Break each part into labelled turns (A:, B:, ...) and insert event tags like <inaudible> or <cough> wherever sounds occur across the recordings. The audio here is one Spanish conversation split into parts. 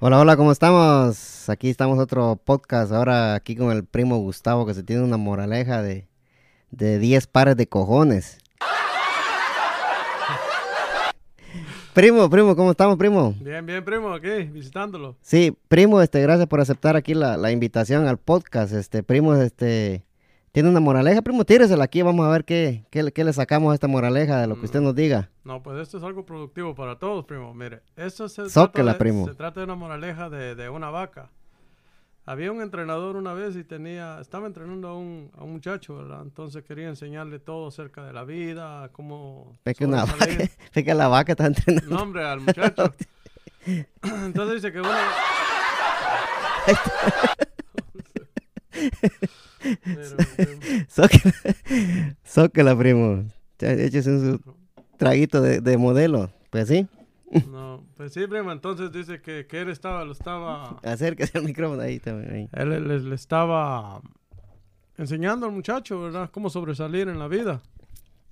A: Hola, hola, ¿cómo estamos? Aquí estamos otro podcast, ahora aquí con el primo Gustavo que se tiene una moraleja de, de 10 pares de cojones. primo, primo, ¿cómo estamos, primo?
B: Bien, bien, primo, aquí, visitándolo.
A: Sí, primo, este, gracias por aceptar aquí la, la invitación al podcast. Este, primo, este, tiene una moraleja, primo, tíresela aquí, vamos a ver qué, qué, le- qué le sacamos a esta moraleja de lo que usted nos diga.
B: No, pues esto es algo productivo para todos, primo. Mire, esto se,
A: Zócala,
B: trata, de,
A: primo.
B: se trata de una moraleja de, de una vaca. Había un entrenador una vez y tenía, estaba entrenando a un, a un muchacho, ¿verdad? Entonces quería enseñarle todo acerca de la vida, cómo...
A: Ve que una
B: sobresalir. <laughs>
A: vaca, <laughs> ve que la vaca está entrenando.
B: No, hombre,
A: <laughs>
B: al muchacho. Entonces dice que una... Pero, primo,
A: Zócala, <laughs> Zócala, primo. Ya, Échese un su- traguito de, de modelo. Pues sí,
B: No, pues sí, primo, entonces dice que, que él estaba, lo estaba,
A: acérquese al micrófono ahí también. ahí.
B: él le- le, le estaba enseñando al muchacho, ¿verdad? Cómo sobresalir en la vida.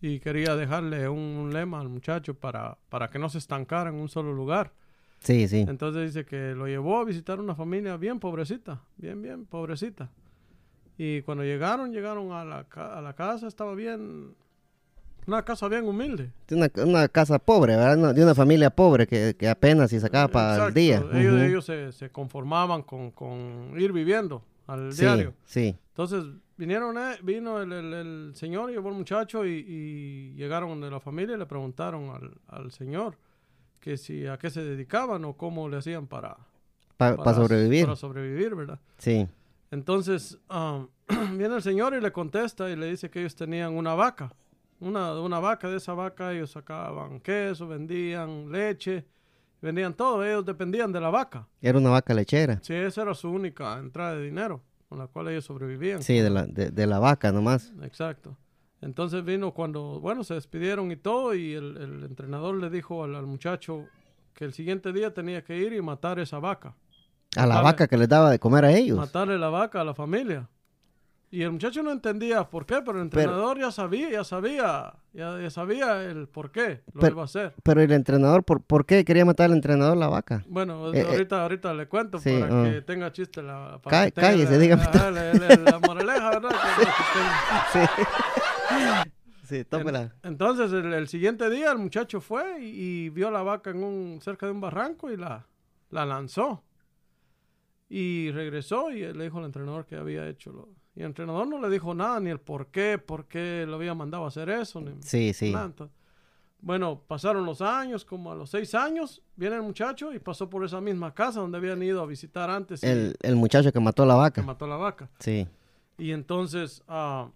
B: Y quería dejarle un, un lema al muchacho para, para que no se estancara en un solo lugar.
A: Sí, sí.
B: Entonces dice que lo llevó a visitar una familia bien pobrecita, bien, bien pobrecita. Y cuando llegaron, llegaron a la, ca- a la casa, estaba bien, una casa bien humilde.
A: De una, una casa pobre, ¿verdad? Una- de una familia pobre que, que apenas si sacaba Ah, para el
B: Eh, Exacto,
A: día.
B: Ellos,
A: Ujú.
B: ellos se, se conformaban con, con ir viviendo al
A: sí,
B: diario.
A: sí.
B: Entonces vinieron, eh, vino el, el- el señor, llevó el muchacho y, y llegaron de la familia y le preguntaron al, al señor que si a qué se dedicaban o cómo le hacían para,
A: Pa- para sobrevivir.
B: para sobrevivir, ¿verdad?
A: Sí.
B: Entonces am, <clears throat> viene el señor y le contesta y le dice que ellos tenían una vaca. Una, una vaca, de esa vaca ellos sacaban queso, vendían leche, vendían todo, ellos dependían de la vaca.
A: Era una vaca lechera.
B: Sí, esa era su única entrada de dinero con la cual ellos sobrevivían.
A: Sí, de la, de, de la vaca nomás.
B: Exacto. Entonces vino cuando, bueno, se despidieron y todo y el, el entrenador le dijo al, al muchacho que el siguiente día tenía que ir y matar esa vaca.
A: A la
B: Matarle-
A: vaca que les daba de comer a ellos.
B: Matarle la vaca a la familia. Y el muchacho no entendía por qué, pero el
A: Pero-
B: entrenador ya sabía, ya sabía, ya, ya sabía el por qué lo
A: Pero-
B: iba a hacer.
A: Pero el entrenador, ¿por, por qué quería matar al entrenador la vaca?
B: Bueno,
A: Eh, eh.
B: ahorita, ahorita le cuento
A: Sí,
B: para
A: ah.
B: que tenga chiste la...
A: Ca-
B: Para que tenga
A: cállese,
B: la-
A: dígame
B: ajá,
A: todo.
B: la, la- la
A: <laughs>
B: moraleja, ¿verdad? Que- que tenga-
A: Sí. sí, tómela.
B: En- entonces, el, el siguiente día el muchacho fue y, y vio la vaca en un, cerca de un barranco y la, la lanzó. Y regresó y le dijo al entrenador que había hecho. lo- y el entrenador no le dijo nada, ni el por qué, por qué lo había mandado a hacer eso, ni
A: Sí, sí.
B: nada. Entonces, bueno, pasaron los años, como a los seis años, viene el muchacho y pasó por esa misma casa donde habían ido a visitar antes y
A: El, el muchacho que mató a la
B: que
A: vaca.
B: mató a la vaca.
A: Sí.
B: Y entonces ah,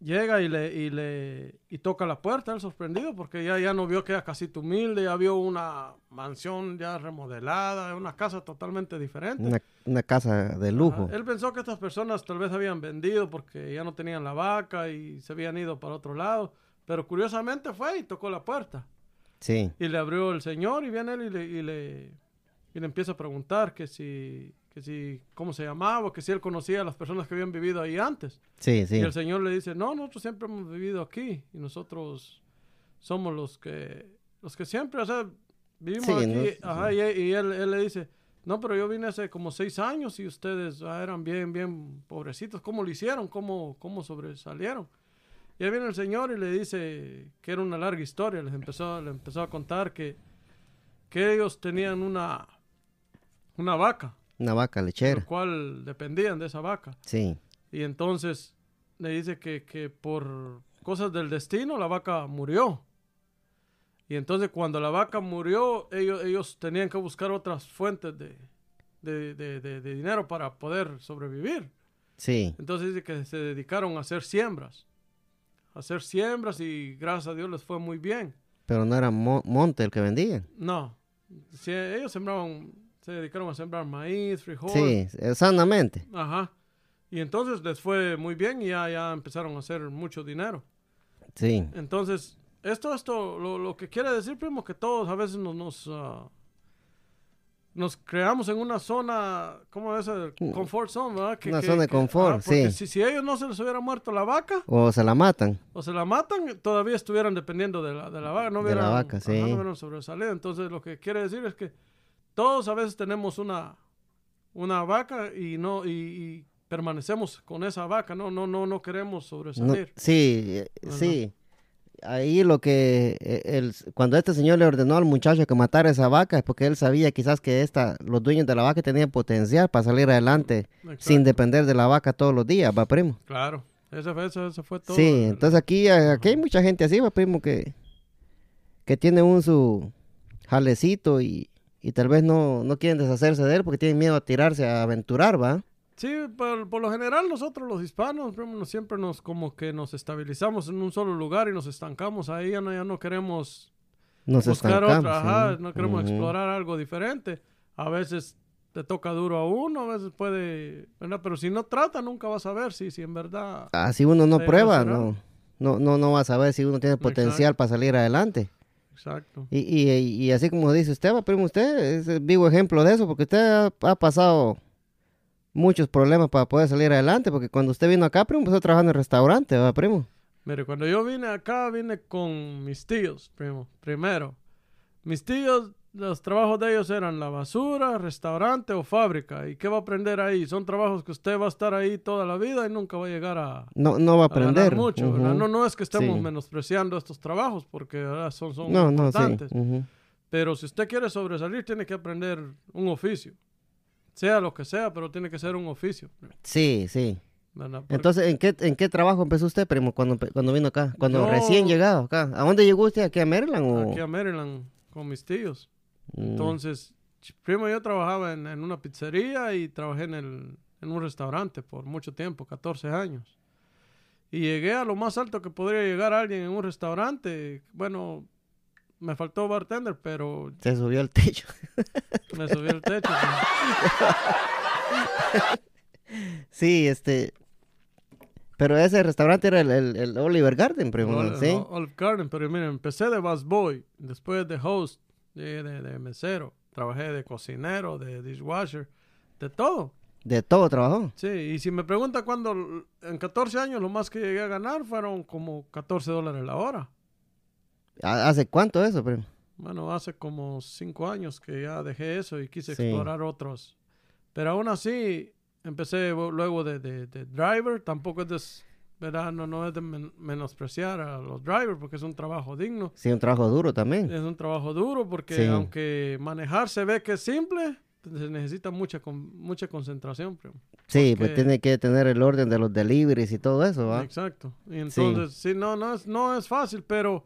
B: llega y le, y le y toca la puerta, él sorprendido, porque ya, ya no vio que era casita humilde, ya vio una mansión ya remodelada, una casa totalmente diferente.
A: Una, una casa de lujo.
B: Él pensó que estas personas tal vez habían vendido porque ya no tenían la vaca y se habían ido para otro lado. Pero curiosamente fue y tocó la puerta.
A: Sí.
B: Y le abrió el señor y viene él y le, y le, y le empieza a preguntar que si, que si, cómo se llamaba, que si él conocía a las personas que habían vivido ahí antes.
A: Sí, sí.
B: Y el Señor le dice, no, nosotros siempre hemos vivido aquí y nosotros somos los que, los que siempre, o sea, vivimos
A: Sí,
B: aquí.
A: ¿no?
B: Ajá, y y él, él le dice, no, pero yo vine hace como seis años y ustedes ah, eran bien, bien pobrecitos. ¿Cómo lo hicieron? ¿Cómo, cómo sobresalieron? Y ahí viene el Señor y le dice que era una larga historia. Les empezó, le empezó a contar que, que ellos tenían una, una vaca,
A: Una vaca
B: del
A: lechera.
B: cual dependían de esa vaca.
A: Sí.
B: Y entonces le dice que, que por cosas del destino la vaca murió. Y entonces cuando la vaca murió, ellos, ellos tenían que buscar otras fuentes de, de- de- de- de dinero para poder sobrevivir.
A: Sí.
B: Entonces dice que se dedicaron a hacer siembras. A hacer siembras y gracias a Dios les fue muy bien.
A: Pero no era mo- monte el que vendían.
B: No, si ellos sembraban, se dedicaron a sembrar maíz, frijol,
A: Sí, eh, sanamente.
B: Ajá. Y entonces les fue muy bien y ya, ya empezaron a hacer mucho dinero.
A: Sí.
B: Entonces, esto, esto, lo, lo que quiere decir, primo, que todos a veces nos, nos, ah, nos creamos en una zona, ¿cómo es? El Comfort zone, ¿verdad?
A: Mm. Una zona de confort,
B: ah, porque
A: sí.
B: Si, si ellos no se les hubiera muerto la vaca
A: O se la matan.
B: o se la matan, todavía estuvieran dependiendo de la, de la vaca. No
A: De la
B: hubieran,
A: vaca,
B: ajá,
A: sí.
B: no hubieran sobresalido. Entonces, lo que quiere decir es que todos a veces tenemos una, una vaca y no y, y permanecemos con esa vaca, no, no, no, no queremos sobresalir.
A: No, sí, eh,
B: Ajá.
A: sí. Ahí lo que eh, el- cuando este señor le ordenó al muchacho que matara esa vaca es porque él sabía quizás que esta, los dueños de la vaca tenían potencial para salir adelante
B: Exacto.
A: sin depender de la vaca todos los días, va primo.
B: Claro, ese fue, ese, ese fue todo.
A: Sí,
B: el-
A: entonces aquí, aquí hay mucha gente así, va primo, que, que tiene un su jalecito y, y tal vez no, no quieren deshacerse de él porque tienen miedo a tirarse a aventurar, ¿va?
B: Sí, por, por lo general nosotros los hispanos primo, nos- siempre nos como que nos estabilizamos en un solo lugar y nos estancamos ahí, ya no, ya no queremos
A: Nos
B: buscar
A: estancamos.
B: otra, ajá,
A: sí.
B: no queremos
A: Ujú.
B: explorar algo diferente. A veces te toca duro a uno, a veces puede, ¿verdad? Pero si no trata, nunca vas a ver si, si en verdad...
A: Ah, si uno no
B: Sí,
A: prueba,
B: emocional.
A: no, no, no, no va a saber si uno tiene potencial para salir adelante.
B: Exacto.
A: Y, y, y así como dice usted, va, primo, usted es el vivo ejemplo de eso, porque usted ha, ha pasado muchos problemas para poder salir adelante, porque cuando usted vino acá, primo, empezó trabajando en restaurante, va, primo.
B: Mire, cuando yo vine acá, vine con mis tíos, primo, primero. Mis tíos, los trabajos de ellos eran la basura, restaurante o fábrica. ¿Y qué va a aprender ahí? Son trabajos que usted va a estar ahí toda la vida y nunca va a llegar a,
A: No, no va a
B: a ganar
A: aprender.
B: mucho. ¿verdad?
A: Ujú.
B: No, no es que estemos
A: Sí.
B: menospreciando estos trabajos porque ¿verdad? son, son
A: no, no, sí.
B: importantes.
A: ujú.
B: Pero si usted quiere sobresalir, tiene que aprender un oficio. Sea lo que sea, pero tiene que ser un oficio.
A: Sí, sí.
B: ¿verdad? Porque-
A: Entonces, ¿en qué, ¿en qué trabajo empezó usted, primo, cuando, empe- cuando vino acá? Cuando
B: Yo-
A: recién llegado acá. ¿A dónde llegó usted? ¿Aquí a Maryland o...?
B: aquí a Maryland con mis tíos.
A: Mm,
B: Entonces, ch- primo, yo trabajaba en, en una pizzería y trabajé en, el- en un restaurante por mucho tiempo, 14 años. Y llegué a lo más alto que podría llegar alguien en un restaurante. Bueno, me faltó bartender, pero
A: Se subió al techo. <laughs>
B: me subí al techo. ¿no?
A: Sí, este. Pero ese restaurante era el, el- el Oliver Garden, primo,
B: Ol-
A: ¿sí?
B: Ol- Olive Garden, pero miren, empecé de busboy, después de host, de, de- de mesero, trabajé de cocinero, de dishwasher, de todo.
A: De todo trabajó.
B: Sí, y si me pregunta cuándo, l- en 14 años lo más que llegué a ganar fueron como 14 dólares la hora.
A: ¿Ha- ¿Hace cuánto eso, primo?
B: Bueno, hace como 5 años que ya dejé eso y quise
A: Sí.
B: explorar otros. Pero aún así, empecé bo- luego de, de- de driver, tampoco es, des- ¿verdad? No, no es de men- menospreciar a los drivers porque es un trabajo digno.
A: Sí, un trabajo duro también.
B: Es un trabajo duro porque
A: Sí.
B: aunque manejar se ve que es simple, se necesita mucha, con- mucha concentración. primo.
A: Sí,
B: porque-
A: pues tiene que tener el orden de los deliveries y todo eso, ¿va?
B: Exacto. Y entonces, sí, no, no es, no es fácil, pero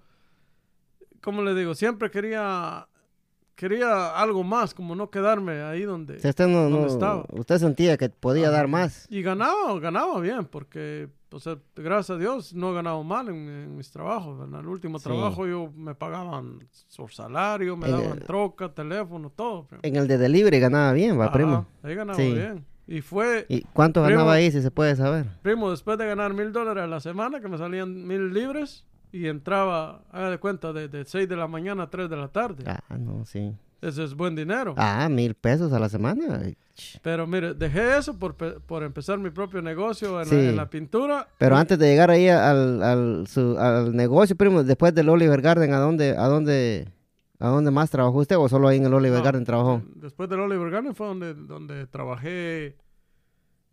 B: como le digo, siempre quería quería algo más, como no quedarme ahí donde
A: O sea, usted, no,
B: ¿Dónde
A: no-
B: estaba? Ah.
A: usted sentía que podía
B: Ajá.
A: dar más.
B: y ganaba, ganaba bien, porque o sea, gracias a Dios no he ganado mal en, en mis trabajos. En el último
A: Sí. Eh,
B: trabajo yo me pagaban su salario, me
A: En
B: daban
A: el-
B: troca, teléfono, todo. primo.
A: En el de delivery ganaba bien, ¿va,
B: Ajá,
A: primo?
B: Ahí ganaba
A: Sí.
B: bien. Y fue,
A: ¿Y cuánto
B: Primo-
A: ganaba ahí, si se puede saber?
B: primo, después de ganar mil dólares a la semana, que me salían mil libres, y entraba, haga de cuenta, de, de 6 de la mañana a 3 de la tarde.
A: Ah, no, sí.
B: Ese es buen dinero.
A: Ah, mil pesos a la semana. Ay, ch.
B: Pero mire, dejé eso por, pe- por empezar mi propio negocio en,
A: Sí.
B: la, en la pintura.
A: Pero
B: Y-
A: antes de llegar ahí al, al, su- al negocio, primo, después del Oliver Garden, ¿a dónde, a dónde, a dónde más trabajó usted o solo ahí en el Oliver
B: No,
A: Garden trabajó?
B: Después del Oliver Garden fue donde, donde trabajé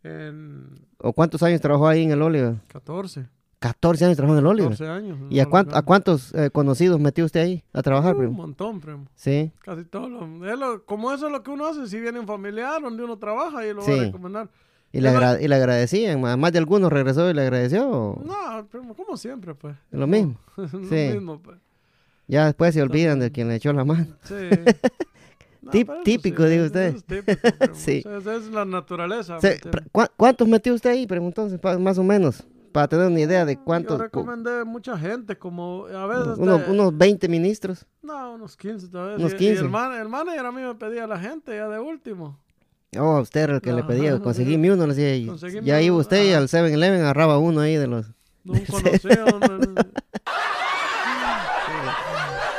B: en
A: ¿O cuántos años trabajó ahí en el Oliver?
B: 14,
A: 14 años trabajó en el Oliver.
B: 14 años.
A: ¿Y
B: en
A: a,
B: Oliver
A: cuán- a
B: Garden.
A: cuántos eh, conocidos metió usted ahí a trabajar,
B: Un
A: primo?
B: montón, primo.
A: Sí.
B: Casi todo lo, es lo- como eso es lo que uno hace, si viene un familiar donde uno trabaja y lo va
A: Sí.
B: a recomendar.
A: Y le,
B: Yo no-
A: agra- y le agradecían, más de algunos regresó y le agradeció. ¿o?
B: No, primo, como siempre, pues.
A: Lo mismo.
B: <laughs> lo
A: Sí.
B: mismo, pues.
A: Ya después se olvidan de quien le echó la mano. <laughs>
B: Sí. No,
A: Tip-
B: pero eso
A: típico, digo
B: eso
A: usted.
B: es típico,
A: <laughs>
B: primo.
A: Sí.
B: O sea, esa es la naturaleza.
A: Se-
B: ¿me entiende?
A: pre- ¿cuá- ¿Cuántos metió usted ahí, primo, entonces, pa- más o menos? Para tener una idea de
B: Yo
A: cuántos.
B: recomendé mucha gente, como a veces.
A: Unos,
B: te-
A: unos 20 ministros.
B: No, unos 15 tal vez.
A: Unos
B: Y- y
A: 15.
B: el, man- el manager a mí me pedía a la gente ya de último.
A: Oh, usted era el que le pedía.
B: Ajá.
A: Conseguí mi uno, le decía. Y,
B: Conseguí
A: y ahí
B: mi uno,
A: usted y
B: ajá.
A: al 7-Eleven agarraba uno ahí de los. <laughs>
B: No un conocido. no- no-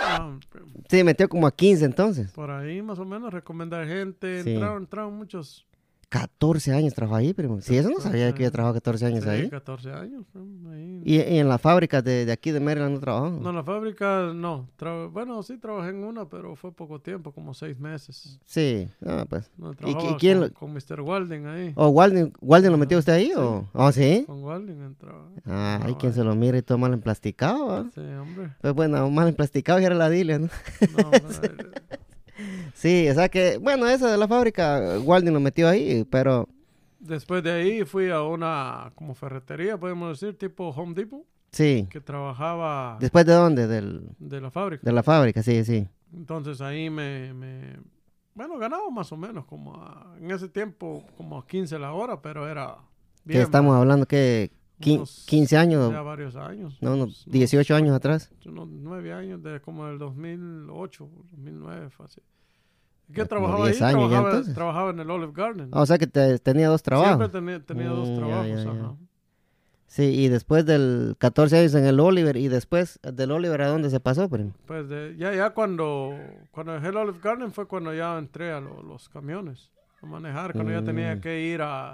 B: Ah, primo.
A: Sí, metió como a 15 entonces.
B: Por ahí más o menos recomendar gente.
A: Sí.
B: Entraron, entraron muchos.
A: 14 años trabajó ahí, primo. Si eso no sabía que había trabajado 14 años
B: Sí,
A: ahí.
B: 14 años. primo, ahí.
A: Y, y en las fábricas de, de aquí de Maryland no trabajó.
B: No, en la fábrica no. Tra- Bueno, sí trabajé en una, pero fue poco tiempo, como seis meses.
A: Sí, ah, pues.
B: No,
A: qui-
B: trabajaba
A: quién
B: con,
A: lo-
B: con Mr. Walden ahí.
A: ¿O Walden, Walden lo metió usted ahí? ¿O oh, sí?
B: Con Walden entraba.
A: Ah, hay
B: Ah,
A: quien se lo mira y todo mal emplasticado. ¿va?
B: Sí, hombre.
A: <laughs> Pues bueno, mal emplasticado ya era la dile, ¿no?
B: No, hombre, eh,
A: Sí, o sea que, bueno, esa de la fábrica, Walden lo metió ahí, pero
B: Después de ahí fui a una como ferretería, podemos decir, tipo Home Depot,
A: sí.
B: que trabajaba
A: ¿Después de dónde? Del,
B: de la fábrica.
A: de la fábrica, sí, sí.
B: Entonces ahí me, me- Bueno, ganaba más o menos, como a- en ese tiempo, como a 15 la hora, pero era...
A: Que estamos hablando que quin-
B: Unos-
A: 15 años,
B: Ya varios años.
A: no, unos
B: unos-
A: 18 años atrás.
B: unos nueve años, de como el 2008, 2009, fue así. ¿Qué
A: como
B: trabajaba ahí?
A: 10 años ya
B: trabajaba,
A: entonces.
B: trabajaba en el Olive Garden.
A: Ah, o sea que te- tenía dos
B: Siempre
A: trabajos.
B: tenía, tenía dos
A: Mm, ya,
B: trabajos,
A: ya, ya.
B: ajá.
A: Sí, y después del 14 años en el Oliver, y después del Oliver, ¿a dónde se pasó, primo?
B: Pues de- ya, ya cuando, cuando dejé el Olive Garden fue cuando ya entré a lo- los camiones a manejar, cuando ya tenía
A: Mm.
B: que ir a,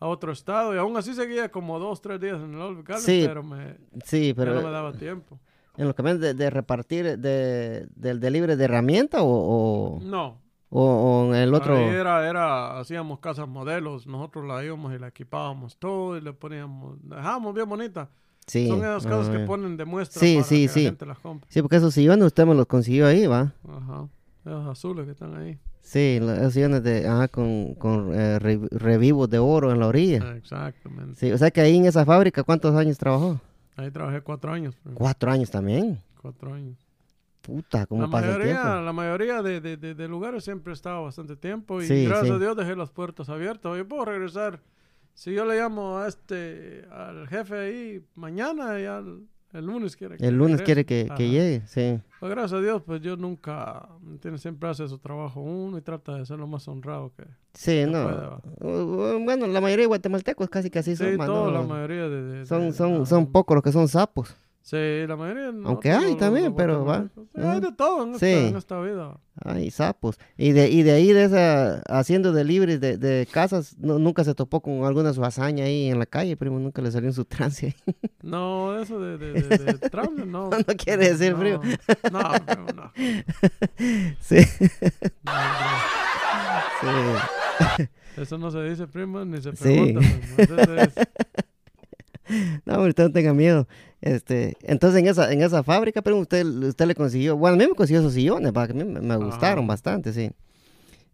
B: a otro estado. Y aún así seguía como dos, tres días en el Olive Garden,
A: Sí,
B: pero, me,
A: Sí,
B: ya
A: pero eh,
B: no me daba tiempo.
A: en los camiones de, de repartir, de, del delivery de herramienta o, o,
B: No,
A: o- o en el otro...
B: Ahí era, era, hacíamos casas modelos, nosotros la íbamos y la equipábamos todo y le poníamos, la dejábamos bien bonita.
A: Sí.
B: Son esas casas
A: ah,
B: que
A: ya.
B: ponen de muestra
A: Sí,
B: para
A: sí,
B: que
A: sí.
B: la gente las compre.
A: Sí, porque esos sillones usted me los consiguió ahí, ¿va?
B: Ajá. Esos azules que están ahí.
A: Sí, lo- esos sillones de, ajá, con, con eh, re- revivos de oro en la
B: Ah.
A: orilla.
B: Exactamente.
A: Sí, o sea que ahí en esa fábrica, ¿cuántos años trabajó?
B: Ahí trabajé cuatro años. bro.
A: Cuatro años también.
B: Cuatro años.
A: Puta, ¿cómo
B: La
A: pasa el
B: mayoría,
A: tiempo?
B: la mayoría de, de- de- de lugares siempre he estado bastante tiempo y
A: Sí,
B: gracias
A: sí.
B: a Dios dejé las puertas abiertas. Yo puedo regresar. Si yo le llamo a este, al jefe ahí mañana, ya el, el lunes quiere que
A: El lunes
B: regrese.
A: quiere que,
B: Ajá.
A: que llegue, sí.
B: Pues gracias a Dios, pues yo nunca, ¿me entiendes? Siempre hace su trabajo uno y trata de ser lo más honrado que...
A: Sí,
B: se
A: no.
B: pueda.
A: Uh, uh, Bueno, la mayoría de guatemaltecos casi que así
B: Sí,
A: son, ma,
B: todos,
A: no,
B: la
A: no.
B: mayoría Ah. de... de- de-
A: son, son,
B: ajá.
A: son pocos los que son sapos.
B: Sí, la mayoría... de
A: Aunque
B: nosotros,
A: hay
B: los-
A: también,
B: los
A: pero va.
B: guatemaltecos. Sí, hay de todo en,
A: Sí.
B: esta, en esta vida.
A: Ay, sapos. Y de, y de ahí, de esa, haciendo deliveries de, de casas, no- nunca se topó con alguna de su hazaña ahí en la calle, primo, nunca le salió en su <laughs> trance. ahí.
B: No, eso de, de, de, de
A: <laughs>
B: Trump, no.
A: No quiere decir frío.
B: No, no, primo, no.
A: Sí, <laughs> sí.
B: No, no. Eso no se dice, primo, ni se
A: Sí.
B: pregunta. primo. Entonces,
A: No, hombre, usted no tenga miedo. Este, entonces en esa, en esa fábrica, pero usted, usted le consiguió, bueno, a mí me consiguió esos sillones, para que a mí me, me
B: Ajá.
A: gustaron bastante, sí.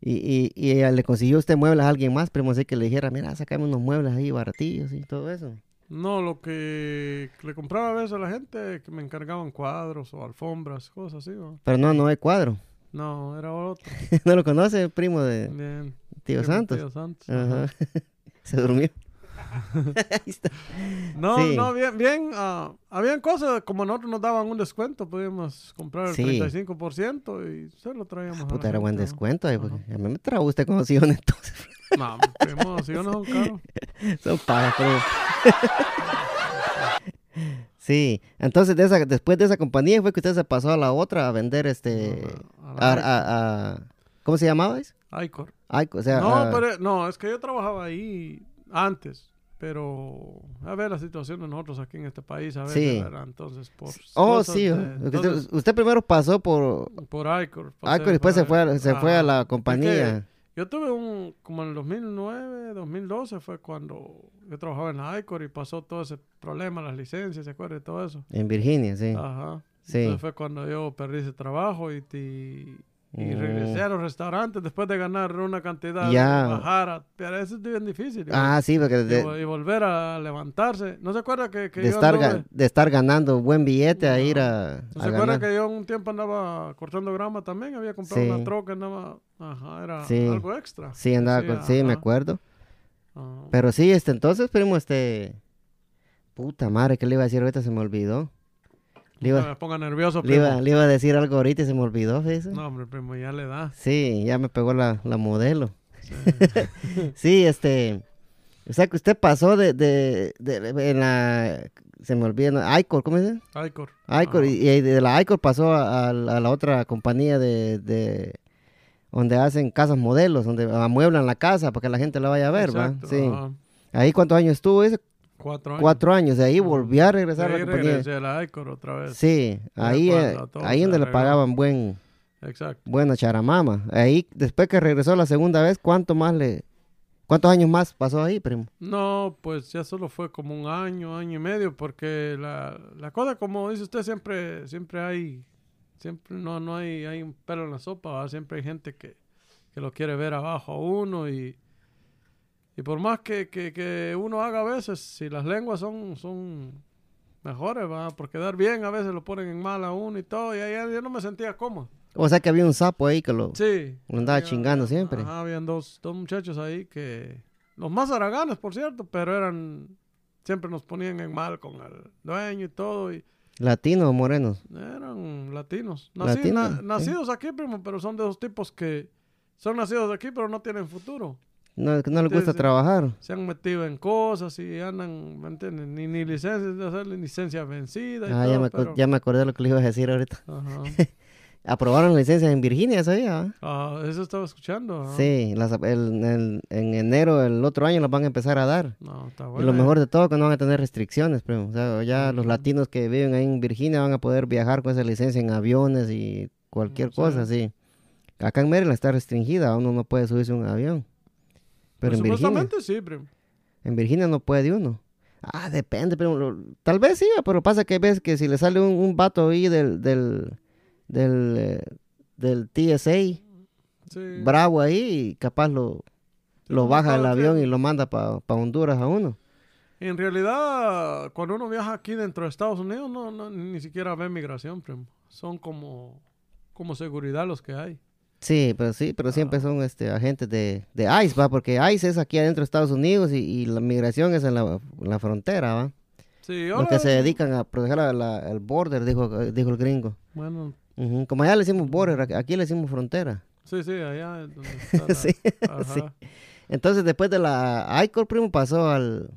A: Y, y, y ella le consiguió usted muebles a alguien más, primo, así que le dijera, mira, sacame unos muebles ahí baratillos y todo eso.
B: no, lo que le compraba a veces a la gente que me encargaban cuadros o alfombras, cosas así, ¿no?
A: Pero no, no hay cuadro. <laughs>
B: No, era otro.
A: ¿No lo conoce, primo de
B: Bien.
A: Tío
B: Primo
A: Santos?
B: Tío Santos.
A: Ajá.
B: ajá.
A: <laughs> Se durmió.
B: <laughs>
A: <laughs> Ahí está.
B: No,
A: Sí.
B: no, bien, bien. ah, habían cosas, como nosotros nos daban un descuento, podíamos comprar el
A: Sí. Ah,
B: 35% y se lo traíamos. a la
A: Puta, era buen
B: gente, ¿no?
A: descuento ahí, porque
B: Ajá.
A: a mí me trajo usted con los sillones, <laughs> entonces.
B: No, primo, si yo no son
A: <laughs>
B: caros.
A: Son pagas, pero... <laughs> Sí, entonces de esa, después de esa compañía fue que usted se pasó a la otra a vender este...
B: A la-
A: A,
B: a la
A: a- a- ¿Cómo se llamaba eso?
B: Icor.
A: Ay, o sea,
B: no,
A: a-
B: pero, no, es que yo trabajaba ahí antes, pero a ver la situación de nosotros aquí en este país, a ver,
A: Sí.
B: ¿verdad? entonces por...
A: Oh,
B: cosas
A: sí.
B: de-
A: usted-
B: entonces,
A: usted primero pasó por...
B: por Icor.
A: Ah,
B: pasé
A: después se
B: por-
A: fue, a- se fue a
B: Ajá.
A: la
B: Es que
A: compañía.
B: Yo tuve un, como en el 2009, 2012 fue cuando yo trabajaba en la Icor y pasó todo ese problema, las licencias, ¿se acuerda? Y todo eso.
A: En Virginia, sí.
B: Ajá.
A: Sí.
B: Entonces fue cuando yo perdí ese trabajo y, ti- y
A: Mm.
B: regresé a los restaurantes después de ganar una cantidad
A: Ya.
B: de bajar. a- pero eso es bien difícil. y
A: Ah, sí, porque
B: vol-
A: de,
B: y, vol- y volver a levantarse. ¿No se acuerda que, que
A: de
B: yo
A: estar,
B: anduve-
A: ga- de estar ganando buen billete a ir a,
B: ¿No
A: a
B: se acuerda
A: ganar.
B: que yo un tiempo andaba cortando grama también? Había comprado
A: Sí.
B: una troca, andaba... Ajá, era
A: Sí.
B: algo extra.
A: Sí, andaba con- sí, me
B: ajá, Ah.
A: acuerdo.
B: ajá.
A: Pero sí, este, entonces, primo, este... Puta madre, ¿qué le iba a decir ahorita? Se me olvidó. Le
B: No
A: iba,
B: me ponga nervioso,
A: le
B: primo.
A: iba, le iba a decir algo ahorita y se me olvidó, fíjese.
B: No, hombre, primo, ya le da.
A: Sí, ya me pegó la, la modelo. <laughs> sí, este... O sea, que usted pasó de... de, de- de- en la... Se me olvida, Icor, ¿cómo se llama?
B: Icor.
A: Icor,
B: Ajá.
A: y, y de la Icor pasó a, a la a la otra compañía de, de donde hacen casas modelos, donde amueblan la casa para que la gente la vaya a ver, ¿va?
B: Exacto,
A: Sí.
B: ajá.
A: Ahí cuántos años estuvo, dice,
B: Cuatro años.
A: cuatro años, de ahí volví a regresar
B: Ahí
A: a la compañía.
B: regresé a la Icor otra vez.
A: Sí,
B: Ya
A: ahí,
B: cuando
A: eh,
B: a todos
A: ahí
B: se
A: donde le
B: arregló.
A: pagaban buen,
B: Exacto.
A: buena charamama. Ahí, después que regresó la segunda vez, ¿cuánto más le, cuántos años más pasó ahí, primo?
B: No, pues ya solo fue como un año, año y medio, porque la, la cosa, como dice usted, siempre siempre hay, siempre no, no hay, hay un pelo en la sopa, ¿va? siempre hay gente que, que lo quiere ver abajo a uno y, y por más que, que, que uno haga a veces, si las lenguas son, son mejores, ¿va? por quedar bien, a veces lo ponen en mal a uno y todo, y ahí yo no me sentía cómodo.
A: O sea que había un sapo ahí que lo,
B: Sí.
A: lo andaba
B: Había-
A: chingando
B: había-
A: siempre.
B: Ajá, habían dos, dos muchachos ahí que... Los más haraganes, por cierto, pero eran... Siempre nos ponían en mal con el dueño y todo. Y
A: latino o moreno.
B: eran latinos. Nací-
A: Latinos,
B: na-
A: sí.
B: Nacidos aquí, primo, pero son de esos tipos que... Son nacidos de aquí, pero no tienen futuro.
A: No, que no le
B: Sí,
A: gusta
B: sí.
A: trabajar.
B: Se han metido en cosas y andan, ¿me entiendes? Ni, ni licencias, de hacerle licencia vencida y
A: Ah,
B: todo,
A: ya, me, acu-
B: pero-
A: ya me acordé de lo que le iba a decir ahorita. <laughs>
B: Ajá.
A: Aprobaron licencias en Virginia, ¿sabía? va?
B: Ah, eso estaba escuchando. ajá.
A: Sí, las- el- el- en enero del otro año las van a empezar a dar.
B: No, está
A: y
B: bueno.
A: lo
B: ya.
A: mejor de todo que no van a tener restricciones, primo. O sea, ya los
B: Ujú.
A: latinos que viven ahí en Virginia van a poder viajar con esa licencia en aviones y cualquier
B: Sí.
A: cosa, sí. Acá en Maryland está restringida, uno no puede subirse a un avión. Pero
B: Pues,
A: en Virginia,
B: Supuestamente sí, primo.
A: en Virginia no puede uno. Ah, depende, primo. Lo- Tal vez sí, va, pero pasa que ves que si le sale un, un vato ahí del, del, del, eh, del TSA,
B: Sí.
A: bravo ahí, capaz lo,
B: Mm. Sí,
A: lo
B: no
A: baja del
B: estaba
A: avión
B: enfermo.
A: y lo manda para Honduras a uno.
B: En realidad, cuando uno viaja aquí dentro de Estados Unidos, no, no- ni siquiera ve migración, primo. Son como, como seguridad los que hay.
A: Sí, pero sí, pero
B: Ah.
A: siempre son este agentes de, de ICE, va, porque ICE es aquí adentro de Estados Unidos y, y la migración es en la, la frontera, va.
B: Sí,
A: Los
B: ahora-
A: que se dedican a proteger a la- el border, dijo, dijo el gringo.
B: Bueno,
A: Ujú, Como allá le decimos border, ac- aquí le decimos frontera.
B: sí, sí, allá
A: <laughs>
B: es donde está la-
A: Sí,
B: ajá.
A: sí. Entonces después de la ICOR, primo, pasó al...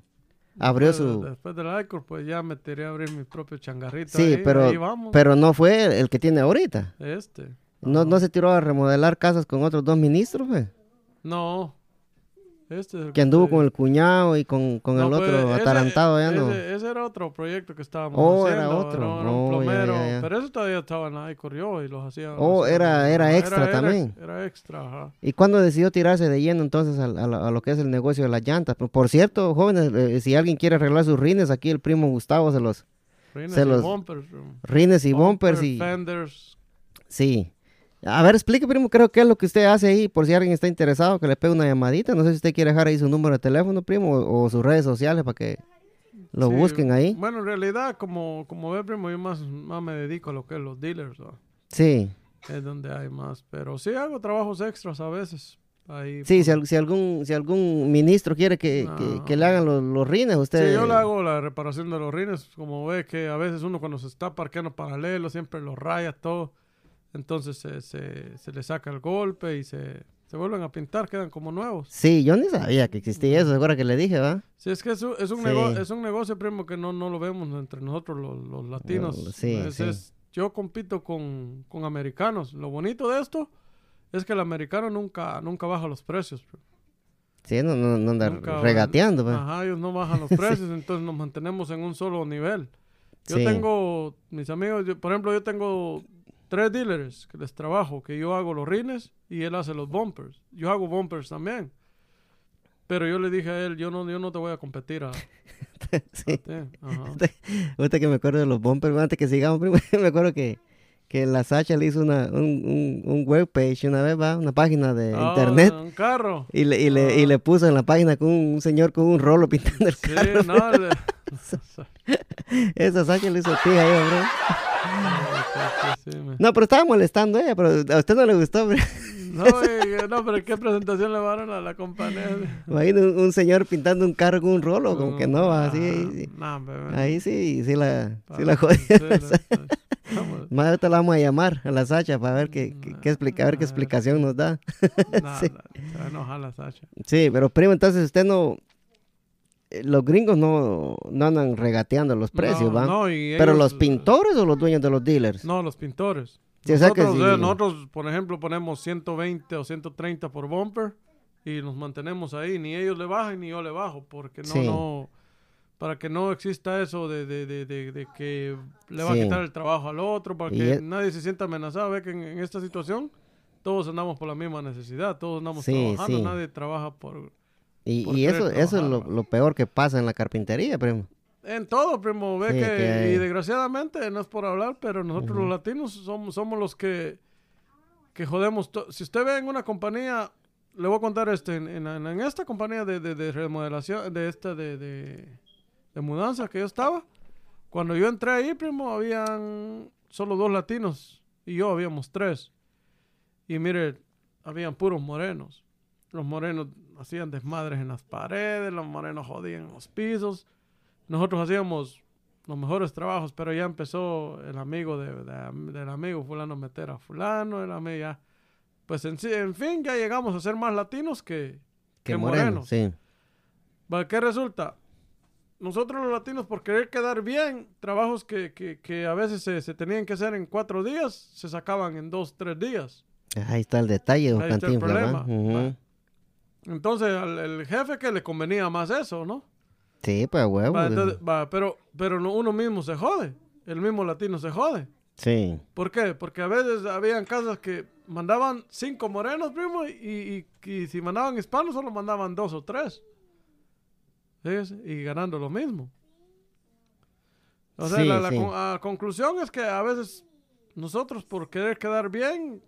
A: Abrió
B: Después de-
A: su...
B: Después del alcohol, pues ya me tiré a abrir mi propio changarrito.
A: Sí,
B: ahí,
A: pero,
B: ahí vamos.
A: pero no fue el que tiene ahorita.
B: Este.
A: No,
B: Ajá.
A: no se tiró a remodelar casas con otros dos ministros, fue.
B: No. Este es el
A: Que anduvo
B: te
A: con el cuñado y con, con
B: No,
A: el
B: pues,
A: otro
B: ese-
A: atarantado ya no.
B: Ese, ese era otro proyecto que estábamos
A: Oh, era
B: haciendo.
A: otro.
B: ¿no? Era
A: Oh,
B: un
A: ya,
B: plomero.
A: ya, ya.
B: Pero eso todavía estaban ahí, corrió y los hacía.
A: Oh,
B: los hacía-
A: era- era
B: Ajá,
A: extra también.
B: Ah, Era extra, ajá.
A: ¿Y cuándo decidió tirarse de lleno entonces al- a, la- a lo que es el negocio de las llantas? Por- Por cierto, jóvenes, eh, si alguien quiere arreglar sus rines, aquí el primo Gustavo se los
B: Rines
A: Se
B: y
A: los-
B: bumpers.
A: rines
B: Oh,
A: y bumpers
B: um, bumper,
A: y
B: Fenders.
A: sí. A ver, explique primo, creo que es lo que usted hace ahí, por si alguien está interesado, que le pegue una llamadita. No sé si usted quiere dejar ahí su número de teléfono, primo, o, o sus redes sociales para que lo
B: Sí,
A: busquen ahí.
B: Bueno, en realidad, como, como ve, primo, yo más, más me dedico a lo que es los dealers. ¿no?
A: Sí,
B: Es donde hay más. Pero sí hago trabajos extras a veces. Ahí.
A: sí, si, al- si algún si algún ministro quiere que,
B: No.
A: que- que le hagan los, los rines, usted...
B: Sí, yo le hago la reparación de los rines, como ve que a veces uno cuando se está parqueando paralelo siempre los raya todo, entonces se, se, se le saca el golpe y se, se vuelven a pintar, quedan como nuevos.
A: Sí, yo ni sabía que
B: Mm.
A: existía eso, seguro que le dije, ¿va?
B: Sí, es que es un, es un,
A: Sí.
B: nego- es un negocio, primo, que no, no lo vemos entre nosotros los, los latinos.
A: Lo- sí,
B: Es-
A: sí.
B: es- yo compito con, con americanos. Lo bonito de esto es que el americano nunca, nunca baja los precios. primo.
A: Sí, no, no, no anda
B: Nunca, Ah.
A: regateando, pues. ¿va?
B: Ajá, ellos no
A: <laughs>
B: bajan los precios, entonces nos mantenemos en un solo nivel. Yo
A: Sí.
B: tengo, mis amigos, yo- por ejemplo, yo tengo tres dealers que les trabajo, que yo hago los rines y él hace los bumpers. Yo hago bumpers también. Pero yo le dije a él, yo no, yo no te voy a competir a, a
A: <laughs> Sí.
B: ti. Ajá.
A: Ahorita que me acuerdo de los bumpers, bueno, antes que sigamos, primo, <laughs> me acuerdo que, que la Sacha le hizo una, un, un, un webpage una vez, ¿va? Una página de
B: Ah,
A: internet.
B: Un carro.
A: Y le, y, le, y le puso en la página con un, un señor con un rolo <laughs> pintando el
B: Sí,
A: carro.
B: no, le- <laughs>
A: Esa Sacha le hizo pija ahí, bro.
B: Sí, sí, me-
A: No, pero estaba molestando ella, pero a usted no le gustó, bro. <laughs>
B: no, y- eh, no, pero ¿qué presentación le van a la, la compañía?
A: Imagina un, un señor pintando un carro con un rolo, como que no, va, así, ahí sí.
B: Mm, Nah, bebé.
A: Ahí sí, sí la, sí la
B: Ah,
A: jodí.
B: sí,
A: <laughs>
B: la- sí. pues, Vamos,
A: Más ahorita la vamos a llamar a la Sacha para ver qué, qué, qué explica, a ver qué
B: Ah,
A: explicación nos da.
B: nada, se va a enojar la Sacha.
A: Sí, pero primo, entonces usted no. eh, Los gringos no, no andan regateando los precios,
B: No,
A: ¿va?
B: no, y
A: pero
B: ellos,
A: los pintores o los dueños de los dealers.
B: No, los pintores.
A: Sí, o sea que
B: nosotros, eh,
A: sí.
B: nosotros, por ejemplo, ponemos 120 o 130 por bumper y nos mantenemos ahí. Ni ellos le bajan ni yo le bajo, porque no,
A: Sí.
B: no, para que no exista eso de, de- de- de- de que le va
A: Sí.
B: a quitar el trabajo al otro, para
A: Y
B: que
A: es-
B: nadie se sienta amenazado. Ve que en, en esta situación todos andamos por la misma necesidad, todos andamos
A: Sí,
B: trabajando,
A: sí.
B: nadie trabaja por...
A: Y,
B: por
A: y
B: querer
A: eso, eso es lo,
B: trabajar, va.
A: lo peor que pasa en la carpintería, primo.
B: En todo, primo, ve
A: Sí,
B: que,
A: que-
B: y desgraciadamente, no es por hablar, pero nosotros los latinos somos, somos los que, que jodemos. to- Si usted ve en una compañía, le voy a contar este, en, en- en esta compañía de, de- de remodelación, de esta, de, de, de mudanza que yo estaba, cuando yo entré ahí, primo, habían solo dos latinos y yo habíamos tres. Y mire, habían puros morenos. Los morenos hacían desmadres en las paredes, los morenos jodían los pisos. Nosotros hacíamos los mejores trabajos, pero ya empezó el amigo de, de- del amigo fulano meter a fulano, el amigo ya. Pues en, sí- en fin, ya llegamos a ser más latinos que,
A: Que
B: que
A: moreno.
B: morenos.
A: Sí.
B: ¿Va? ¿Qué resulta? Nosotros los latinos, por querer quedar bien, trabajos que, que- que a veces se, se tenían que hacer en cuatro días, se sacaban en dos, tres días.
A: Ahí está el detalle, don
B: Ahí está el
A: Cantinflas, ¿va?
B: problema.
A: Ujú.
B: Va. Entonces, al el jefe que le convenía más eso, ¿no?
A: Sí, pues a huevo.
B: Va,
A: primo.
B: entonces, va, pero pero no- uno mismo se jode, el mismo latino se jode.
A: Sí.
B: ¿Por qué? Porque a veces habían casas que mandaban cinco morenos, primo, y, y- y si mandaban hispanos solo mandaban dos o tres. ¿Sí? Y ganando lo mismo. O sea,
A: Sí,
B: la, la
A: sí.
B: con- la conclusión es que a veces nosotros por querer quedar bien,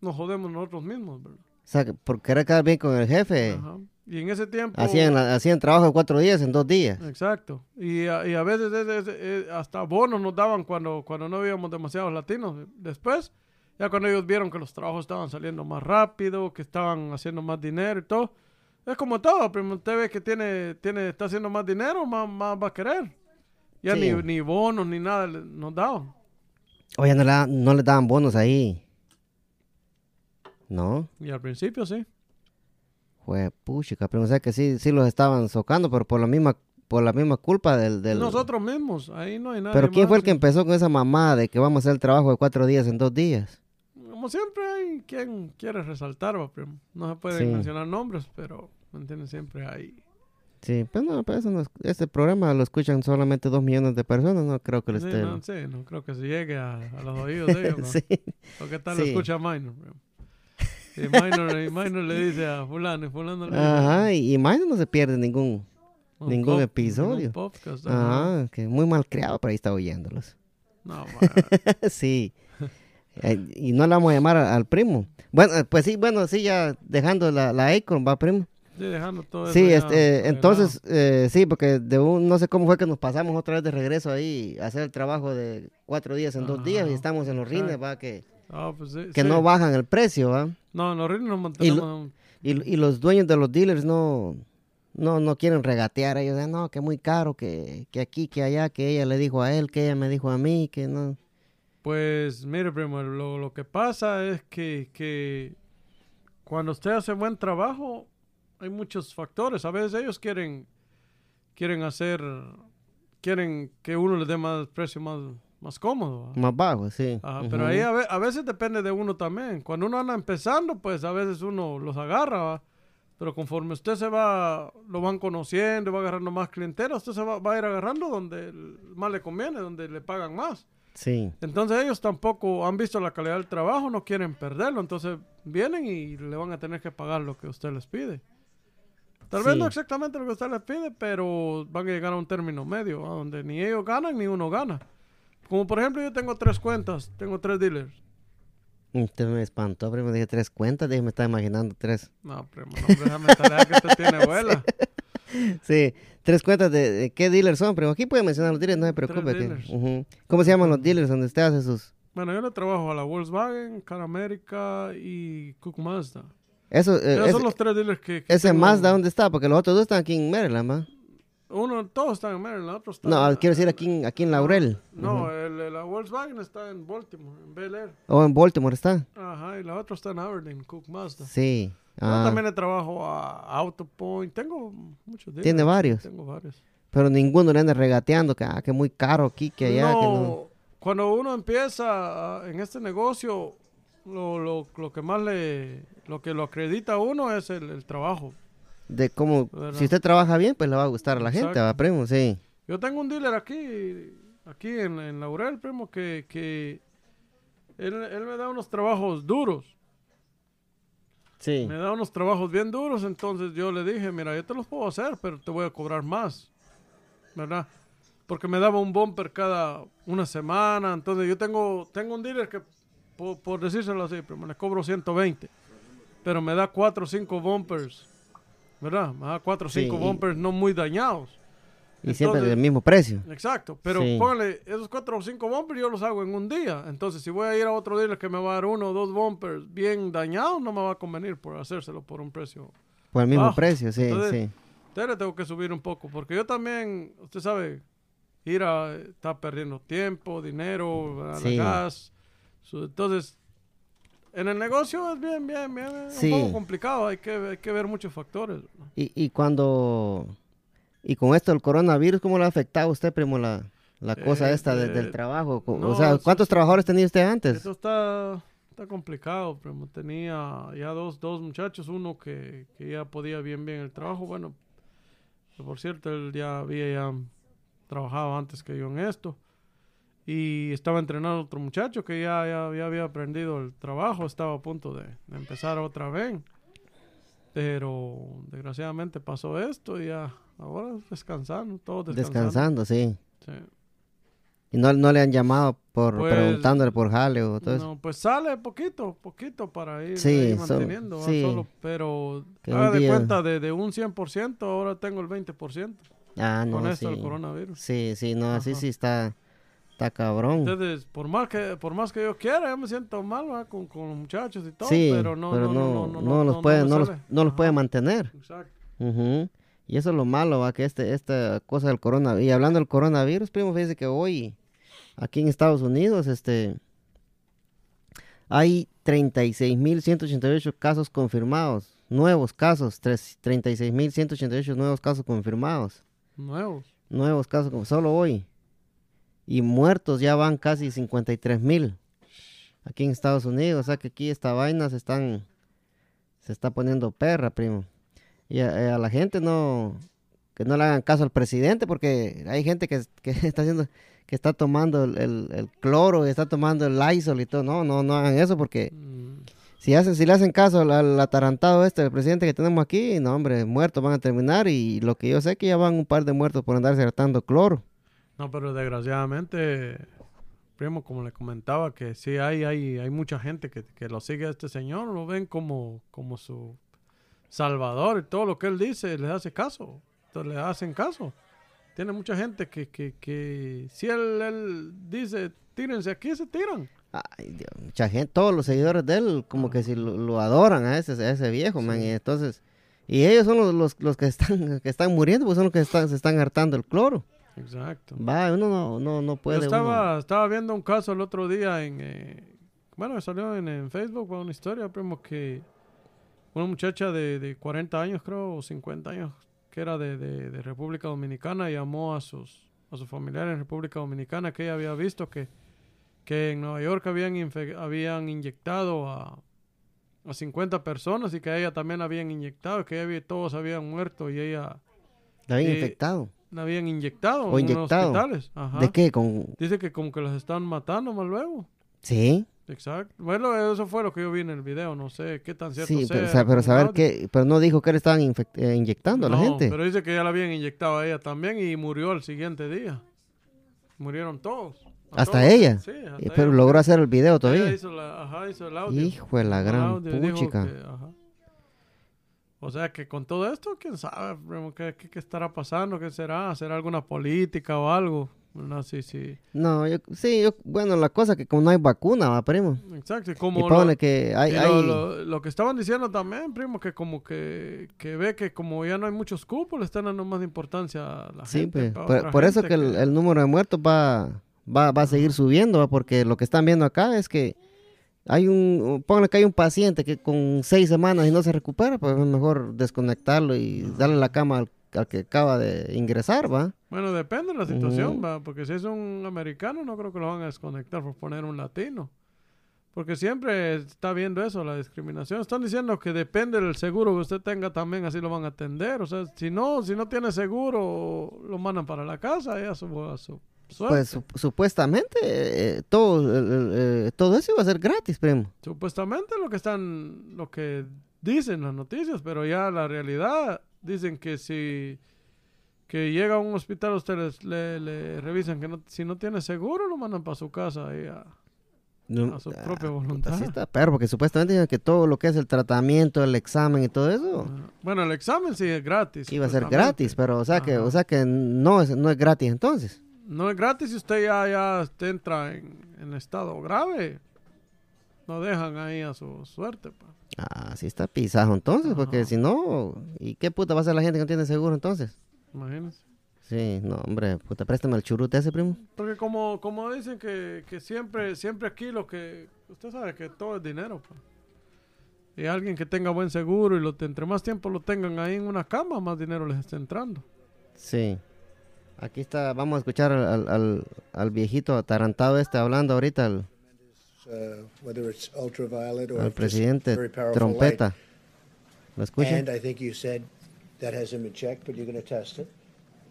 B: nos jodemos nosotros mismos, ¿verdad?
A: O sea, que por querer quedar bien con el jefe,
B: Ajá. Y en ese tiempo...
A: hacían, la- hacían trabajo de cuatro días en dos días.
B: Exacto. Y a, y a veces es- es- es- hasta bonos nos daban cuando, cuando no habíamos demasiados latinos. Después, ya cuando ellos vieron que los trabajos estaban saliendo más rápido, que estaban haciendo más dinero y todo. Es como todo, primo. Usted ve que tiene, tiene, está haciendo más dinero, más, más va a querer. Ya
A: Sí.
B: ni, ni bonos ni nada le- nos daban.
A: Oye, no, le da- no les daban bonos ahí. No,
B: Y al principio sí.
A: fue puchica, primo. O sea que sí, sí los estaban socando, pero por la misma, por la misma culpa del. del...
B: Nosotros mismos, ahí no hay nada.
A: Pero ¿quién fue el que empezó con esa mamada de que vamos a hacer el trabajo de cuatro días en dos días?
B: Como siempre hay quien quiere resaltar, va, primo. No se pueden
A: Sí.
B: mencionar nombres, pero, ¿me entiendes? Siempre hay...
A: Sí, pero no, pero eso no es- este programa lo escuchan solamente dos millones de personas, no creo que lo
B: Sí,
A: estén.
B: no, sí, no creo que se llegue a, a los oídos de
A: <laughs>
B: ellos. ¿no?
A: este, Sí,
B: Porque tal
A: sí.
B: lo escucha Minor. bro. Y Minor, y Minor le dice a fulano, y fulano le dice
A: Ajá, y, y más no se pierde ningún.
B: un
A: ningún episodio.
B: ningún podcast, ajá.
A: Ajá, que muy mal creado, pero ahí está oyéndolos.
B: No, va.
A: <laughs> sí. Eh, Y no le vamos a llamar a- al primo. Bueno, eh, pues sí, bueno, sí, ya dejando la, la Acorn, va, primo.
B: Sí, dejando todo
A: Sí,
B: eso ya
A: este,
B: arreglado.
A: entonces, eh, sí, porque de un, no sé cómo fue que nos pasamos otra vez de regreso ahí a hacer el trabajo de cuatro días en dos días y
B: Ajá,
A: estamos en los rines, va, que,
B: Ah, pues sí,
A: que
B: sí.
A: no bajan el precio, va.
B: No, en los rines nos mantenemos. en-
A: Y, y los dueños de los dealers no, no, no quieren regatear. Ellos dicen, no, que muy caro, que, que aquí, que allá, que ella le dijo a él, que ella me dijo a mí, que no.
B: Pues mire, primo, lo, lo que pasa es que, que cuando usted hace buen trabajo, hay muchos factores. A veces ellos quieren, quieren hacer, quieren que uno les dé más precio más, más cómodo. ¿va?
A: Más bajo, sí.
B: Ajá,
A: Ujú.
B: Pero ahí a, ve- a veces depende de uno también. Cuando uno anda empezando, pues a veces uno los agarra. ¿va? Pero conforme usted se va, lo van conociendo, va agarrando más clientela, usted se va, va a ir agarrando donde más le conviene, donde le pagan más.
A: Sí.
B: Entonces ellos tampoco han visto la calidad del trabajo, no quieren perderlo, entonces vienen y le van a tener que pagar lo que usted les pide. Tal vez
A: Sí.
B: no exactamente lo que usted les pide, pero van a llegar a un término medio, a donde ni ellos ganan ni uno gana. Como por ejemplo yo tengo tres cuentas, tengo tres dealers.
A: Usted Mm, este me espantó, primo. Dije tres cuentas. Dije, me estaba imaginando tres.
B: No, primo, no, hombre, esa mentalidad que usted
A: <laughs>
B: tiene, abuela.
A: Sí, tres cuentas de, de qué dealers son, primo. Aquí puede mencionar los dealers, no se preocupe. que-
B: dealers.
A: ujú. ¿Cómo se llaman los dealers donde usted hace sus.
B: Bueno, yo le trabajo a la Volkswagen, Car America y Cook Mazda.
A: Eso, eh,
B: Esos
A: ese,
B: son los tres dealers que... que
A: ese
B: tengo.
A: Mazda, ¿dónde está? Porque los otros dos están aquí en Maryland, ¿va?
B: Uno, todos están en Maryland, otros están...
A: No, quiero decir aquí, en- aquí
B: Ah.
A: en Laurel.
B: No, el- la Volkswagen está en Baltimore, en Bel Air.
A: O en Baltimore está.
B: Ajá, y la otra está en Aberdeen, Cook Mazda.
A: Sí.
B: Yo
A: Ah,
B: también le trabajo a AutoPoint. Tengo muchos de
A: Tiene varios.
B: Tengo varios.
A: Pero ninguno le anda regateando. Que, ah, que muy caro aquí, que allá.
B: no,
A: Que no.
B: cuando uno empieza a- en este negocio, lo, lo- lo que más le, lo que lo acredita a uno es el, el trabajo.
A: De cómo,
B: ¿Verdad?
A: si usted trabaja bien, pues le va a gustar a la gente,
B: Exacto.
A: va, primo, sí.
B: Yo tengo un dealer aquí, aquí en, en Laurel, primo, que, que él, él me da unos trabajos duros.
A: Sí.
B: Me da unos trabajos bien duros, entonces yo le dije, mira, yo te los puedo hacer, pero te voy a cobrar más, ¿verdad? Porque me daba un bumper cada una semana, entonces yo tengo, tengo un dealer que, por, por decírselo así, primo, le cobro 120, pero me da 4 o 5 bumpers, ¿verdad? Me da 4 o
A: Sí,
B: 5
A: y-
B: bumpers no muy dañados.
A: Y siempre
B: Entonces-
A: del mismo precio.
B: Exacto, pero
A: Sí.
B: póngale esos cuatro o cinco bumpers, yo los hago en un día. Entonces, si voy a ir a otro dealer que me va a dar uno o dos bumpers bien dañados, no me va a convenir por hacérselo por un precio.
A: Por el mismo
B: Bajo.
A: precio, sí,
B: Ah, Entonces-
A: sí.
B: Entonces, le tengo que subir un poco, porque yo también, usted sabe, ir a está perdiendo tiempo, dinero, ¿verdad? La
A: Sí.
B: gas. Su- entonces, en el negocio es bien, bien, bien, es
A: Sí.
B: un poco complicado, hay que, hay que ver muchos factores. ¿no?
A: Y, y cuando... Y con esto del coronavirus, ¿cómo le ha afectado a usted, primo, la, la cosa
B: Eh,
A: esta de- del
B: eh,
A: trabajo? Co-
B: no,
A: o sea,
B: eso
A: ¿cuántos
B: sí.
A: trabajadores tenía usted antes?
B: Esto está, está complicado, primo. Tenía ya dos, dos muchachos, uno que, que ya podía bien bien el trabajo. Bueno, que por cierto, él ya había ya trabajado antes que yo en esto. Y estaba entrenando a otro muchacho que ya, ya, ya había aprendido el trabajo, estaba a punto de, de empezar otra vez. Pero desgraciadamente pasó esto y ya ahora descansando, todos descansando.
A: Descansando, sí.
B: Sí.
A: Y no, no le han llamado por
B: Pues,
A: preguntándole por jaleo o todo eso.
B: No, pues sale poquito, poquito para ir
A: Sí,
B: ahí
A: so-
B: manteniendo, ¿va?
A: sí.
B: solo, pero
A: Que
B: haga
A: un
B: de
A: día-
B: cuenta de, de un 100%, ahora tengo el 20%
A: Ah, no,
B: con esto
A: sí.
B: del coronavirus.
A: Sí, sí, no, así
B: Ajá.
A: sí está, está cabrón.
B: Entonces, por más que por más que yo quiera, yo me siento mal ¿va? con, con los muchachos y todo,
A: sí,
B: pero no, no, no, no,
A: los puede,
B: me
A: no, los,
B: sale.
A: no los
B: Ajá,
A: puede mantener.
B: Exacto.
A: Ujú. Y eso es lo malo, va, que este, esta cosa del coronavirus. Y hablando del coronavirus, primo, fíjese que hoy, aquí en Estados Unidos, este, hay 36.188 casos confirmados, nuevos casos, tres- 36.188 nuevos casos confirmados,
B: Nuevos.
A: nuevos casos, como solo hoy. Y muertos ya van casi 53.000 aquí en Estados Unidos, o sea que aquí esta vaina se están, se está poniendo perra, primo. Y a, eh, a la gente no, que no le hagan caso al presidente, porque hay gente que, <laughs> que está haciendo, que está tomando el, el- el cloro, y está tomando el Lysol y todo. No, no, no hagan eso, porque
B: Mm,
A: si hacen, si le hacen caso al, al atarantado este, el presidente que tenemos aquí, no hombre, muertos van a terminar, y lo que yo sé que ya van un par de muertos por andarse hartando cloro.
B: No, pero desgraciadamente, primo, como le comentaba, que sí hay, hay, hay mucha gente que, que lo sigue a este señor, lo ven como, como su salvador y todo lo que él dice, les hace caso, entonces le hacen caso. Tiene mucha gente que, que, que si él, él dice, tírense aquí, se tiran.
A: Ay, Dios, mucha gente, todos los seguidores de él como que si lo, lo adoran a ese, a ese viejo, man, y entonces, y ellos son los, los, los que están, <laughs> que están muriendo, pues son los que están, se están hartando el cloro.
B: Exacto.
A: Va, uno no, no, no puede.
B: Yo
A: uno-
B: estaba, estaba viendo un caso el otro día en... eh, bueno, salió en, en Facebook fue una historia, primo, que una muchacha de, de 40 años, creo, o 50 años, que era de, de- de República Dominicana, llamó a sus, a sus familiares en República Dominicana que ella había visto que, que en Nueva York habían, infe- habían inyectado a, a 50 personas y que a ella también la habían inyectado, que ella había- todos habían muerto y ella
A: la habían
B: eh,
A: infectado.
B: la habían inyectado
A: O
B: en unos
A: inyectado.
B: hospitales. Ajá.
A: ¿De qué? Con...
B: Dice que como que los están matando más luego.
A: Sí,
B: Exacto. Bueno, eso fue lo que yo vi en el video. No sé qué tan cierto
A: sí,
B: sea.
A: pero, sa- pero
B: algún
A: saber
B: audio.
A: que, pero no dijo que le estaban infect- eh, inyectando a la
B: No,
A: gente.
B: pero dice que ya la habían inyectado a ella también y murió al siguiente día. Murieron todos. A
A: Hasta
B: todos.
A: ella.
B: Sí, hasta
A: Eh, pero
B: ella.
A: logró hacer el video
B: Ella
A: todavía.
B: hizo la- ajá, hizo el audio.
A: Hijo de la
B: El
A: gran
B: audio y dijo
A: puchica.
B: que- ajá. O sea que con todo esto, quién sabe, primo, qué, qué- qué estará pasando, qué será, será alguna política o algo. No, sí, sí.
A: No, yo- sí, yo, bueno, la cosa que como no hay vacuna, va, primo.
B: Exacto. y
A: Y
B: como lo-
A: póngale que hay,
B: Y
A: hay-
B: lo, lo- lo que estaban diciendo también, primo, que como que, que ve que como ya no hay muchos cupos, le están dando más importancia a la
A: Sí,
B: gente.
A: pues,
B: pa-
A: por,
B: otra
A: por eso
B: gente
A: que el, eh, el número de muertos va, va, va a seguir subiendo, ¿va? porque lo que están viendo acá es que hay un, póngale que hay un paciente que con seis semanas y no se recupera, pues es mejor desconectarlo y darle la cama al al que acaba de ingresar, ¿va?
B: Bueno, depende de la situación,
A: Ujú.
B: va, porque si es un americano no creo que lo van a desconectar por poner un latino. Porque siempre está viendo eso, la discriminación. Están diciendo que depende del seguro que usted tenga también, así lo van a atender. O sea, si no, si no tiene seguro, lo mandan para la casa, ya su, a su suerte.
A: Pues sup- supuestamente eh, todo, eh, eh, todo eso iba a ser gratis, primo.
B: Supuestamente lo que están, lo que dicen las noticias, pero ya la realidad dicen que si que llega a un hospital ustedes le, le revisan que no, si no tiene seguro lo mandan para su casa ahí a,
A: Mm.
B: a su propia voluntad.
A: Así Ah, Pues está, perro, porque supuestamente dijeron que todo lo que es el tratamiento, el examen y todo eso
B: Ah, Bueno, el examen sí es gratis.
A: iba a ser
B: supuestamente.
A: gratis, pues. pero o sea que,
B: Ajá.
A: o sea que no es, no es gratis entonces.
B: No es gratis si usted ya, ya usted entra en, en estado grave. No dejan ahí a su suerte. pues, pa.
A: Así Ah, está pisajo entonces, porque
B: Ajá.
A: si no, ¿y qué puta va a ser la gente que no tiene seguro entonces?
B: Imagínense.
A: Sí, no, hombre, puta, préstame el churute ese, primo.
B: Porque como, como dicen que, que siempre, siempre aquí lo que... Usted sabe que todo es dinero. pa. Y alguien que tenga buen seguro y lo, entre más tiempo lo tengan ahí en una cama, más dinero les
A: <laughs>
B: está entrando.
A: Sí. Aquí está, vamos a escuchar al, al- al- al viejito atarantado este hablando ahorita, al,
C: uh, whether it's ultraviolet or
A: al
C: just very
A: presidente
C: powerful
A: Trompeta. ¿Lo
C: light.
A: escuchan?
C: And I think you said that hasn't been checked, but you're going to test it.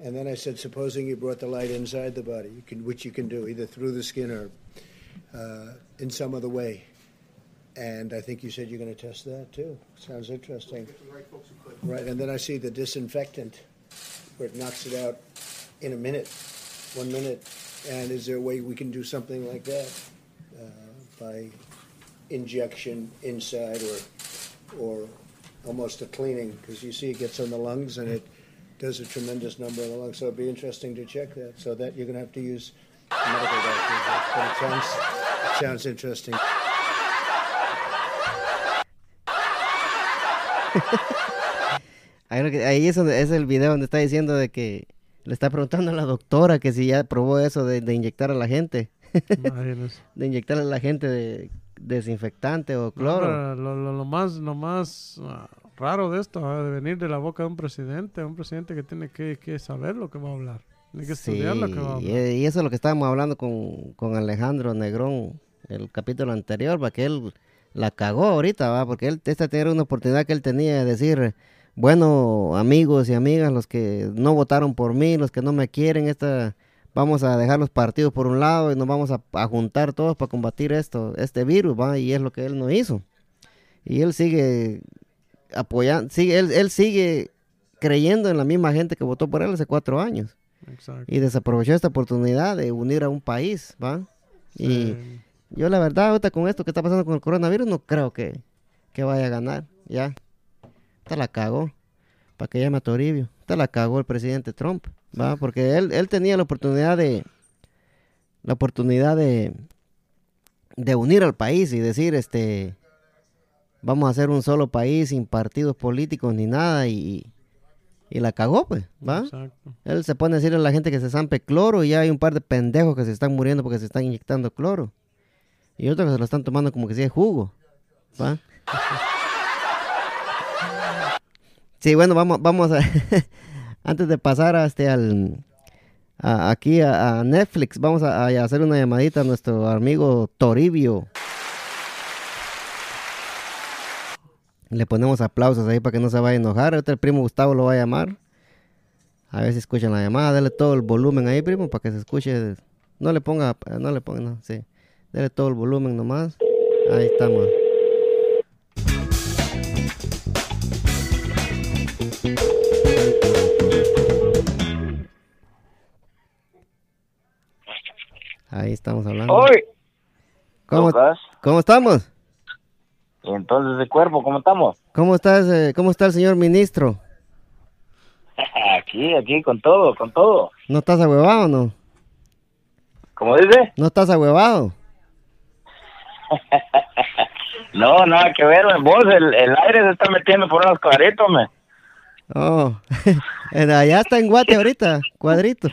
C: And then I said, supposing you brought the light inside the body, you can, which you can do either through the skin or uh, in some other way. And I think you said you're going to test that too. Sounds interesting. Right, and then I see the disinfectant where it knocks it out in a minute, one minute. And is there a way we can do something like that uh, by injection inside or, or almost a cleaning? Because you see, it gets on the lungs and it does a tremendous number on the lungs. So it'd be interesting to check that. So that you're going to have to use a medical doctor. But it sounds, it sounds interesting.
A: Ahí, lo Ah, que- ahí es, donde, es el video donde está diciendo de que le está preguntando a la doctora que si ya probó eso de, de inyectar a la gente,
B: Imagínense.
A: de inyectar a la gente de desinfectante o cloro.
B: Ahora, Lo, lo- lo más, lo más ah, raro de esto, ah, de venir de la boca de un presidente, un presidente que tiene que, que saber lo que va a hablar. Tiene que
A: Sí,
B: estudiar lo que va a
A: y, eh,
B: hablar.
A: y eso es lo que estábamos hablando con, con Alejandro Negrón el capítulo anterior, va que él la cagó ahorita, va, porque él esta era una oportunidad que él tenía de decir, bueno, amigos y amigas, los que no votaron por mí, los que no me quieren, esta vamos a dejar los partidos por un lado y nos vamos a, a juntar todos para combatir esto, este virus, va, y es lo que él no hizo. Y él sigue apoyando, sigue, él, él sigue creyendo en la misma gente que votó por él hace cuatro años
B: Exacto.
A: y desaprovechó esta oportunidad de unir a un país, ¿va? Y
B: Sí.
A: yo la verdad, ahorita con esto que está pasando con el coronavirus, no creo que, que vaya a ganar, ya. Te la cagó, para que llame a Toribio. Te la cagó el presidente Trump, ¿va? Porque él, él tenía la oportunidad de... La oportunidad de... De unir al país y decir, este... Vamos a hacer un solo país sin partidos políticos ni nada y... Y la cagó, pues, ¿va?
B: Exacto.
A: Él se pone a decirle a la gente que se zampe cloro y ya hay un par de pendejos que se están muriendo porque se están inyectando cloro. Y otros que se lo están tomando como que si es jugo. ¿va? sí, bueno, vamos, vamos a... <laughs> Antes de pasar a este al... a- aquí a, a Netflix, vamos a, a hacer una llamadita a nuestro amigo Toribio. Le ponemos aplausos ahí para que no se vaya a enojar. Ahorita el primo Gustavo lo va a llamar. A ver si escuchan la llamada, dale todo el volumen ahí, primo, para que se escuche. No le ponga, no le ponga, no, sí. Dale todo el volumen nomás. Ahí estamos. Ahí estamos hablando.
D: ¡Hoy!
A: ¿Cómo,
D: Lucas,
A: cómo estamos?
D: Entonces, de cuerpo, ¿cómo estamos? <laughs>
A: ¿Cómo estás, eh, cómo está el señor ministro?
D: Aquí, aquí, con todo, con todo.
A: ¿No estás ahuevado o no?
D: ¿Cómo dice?
A: ¿No estás ahuevado?
D: No, nada que ver, vos, el, el aire se está metiendo por unos cuadritos, me.
A: Oh, <laughs> en- allá está en Guate ahorita, cuadrito.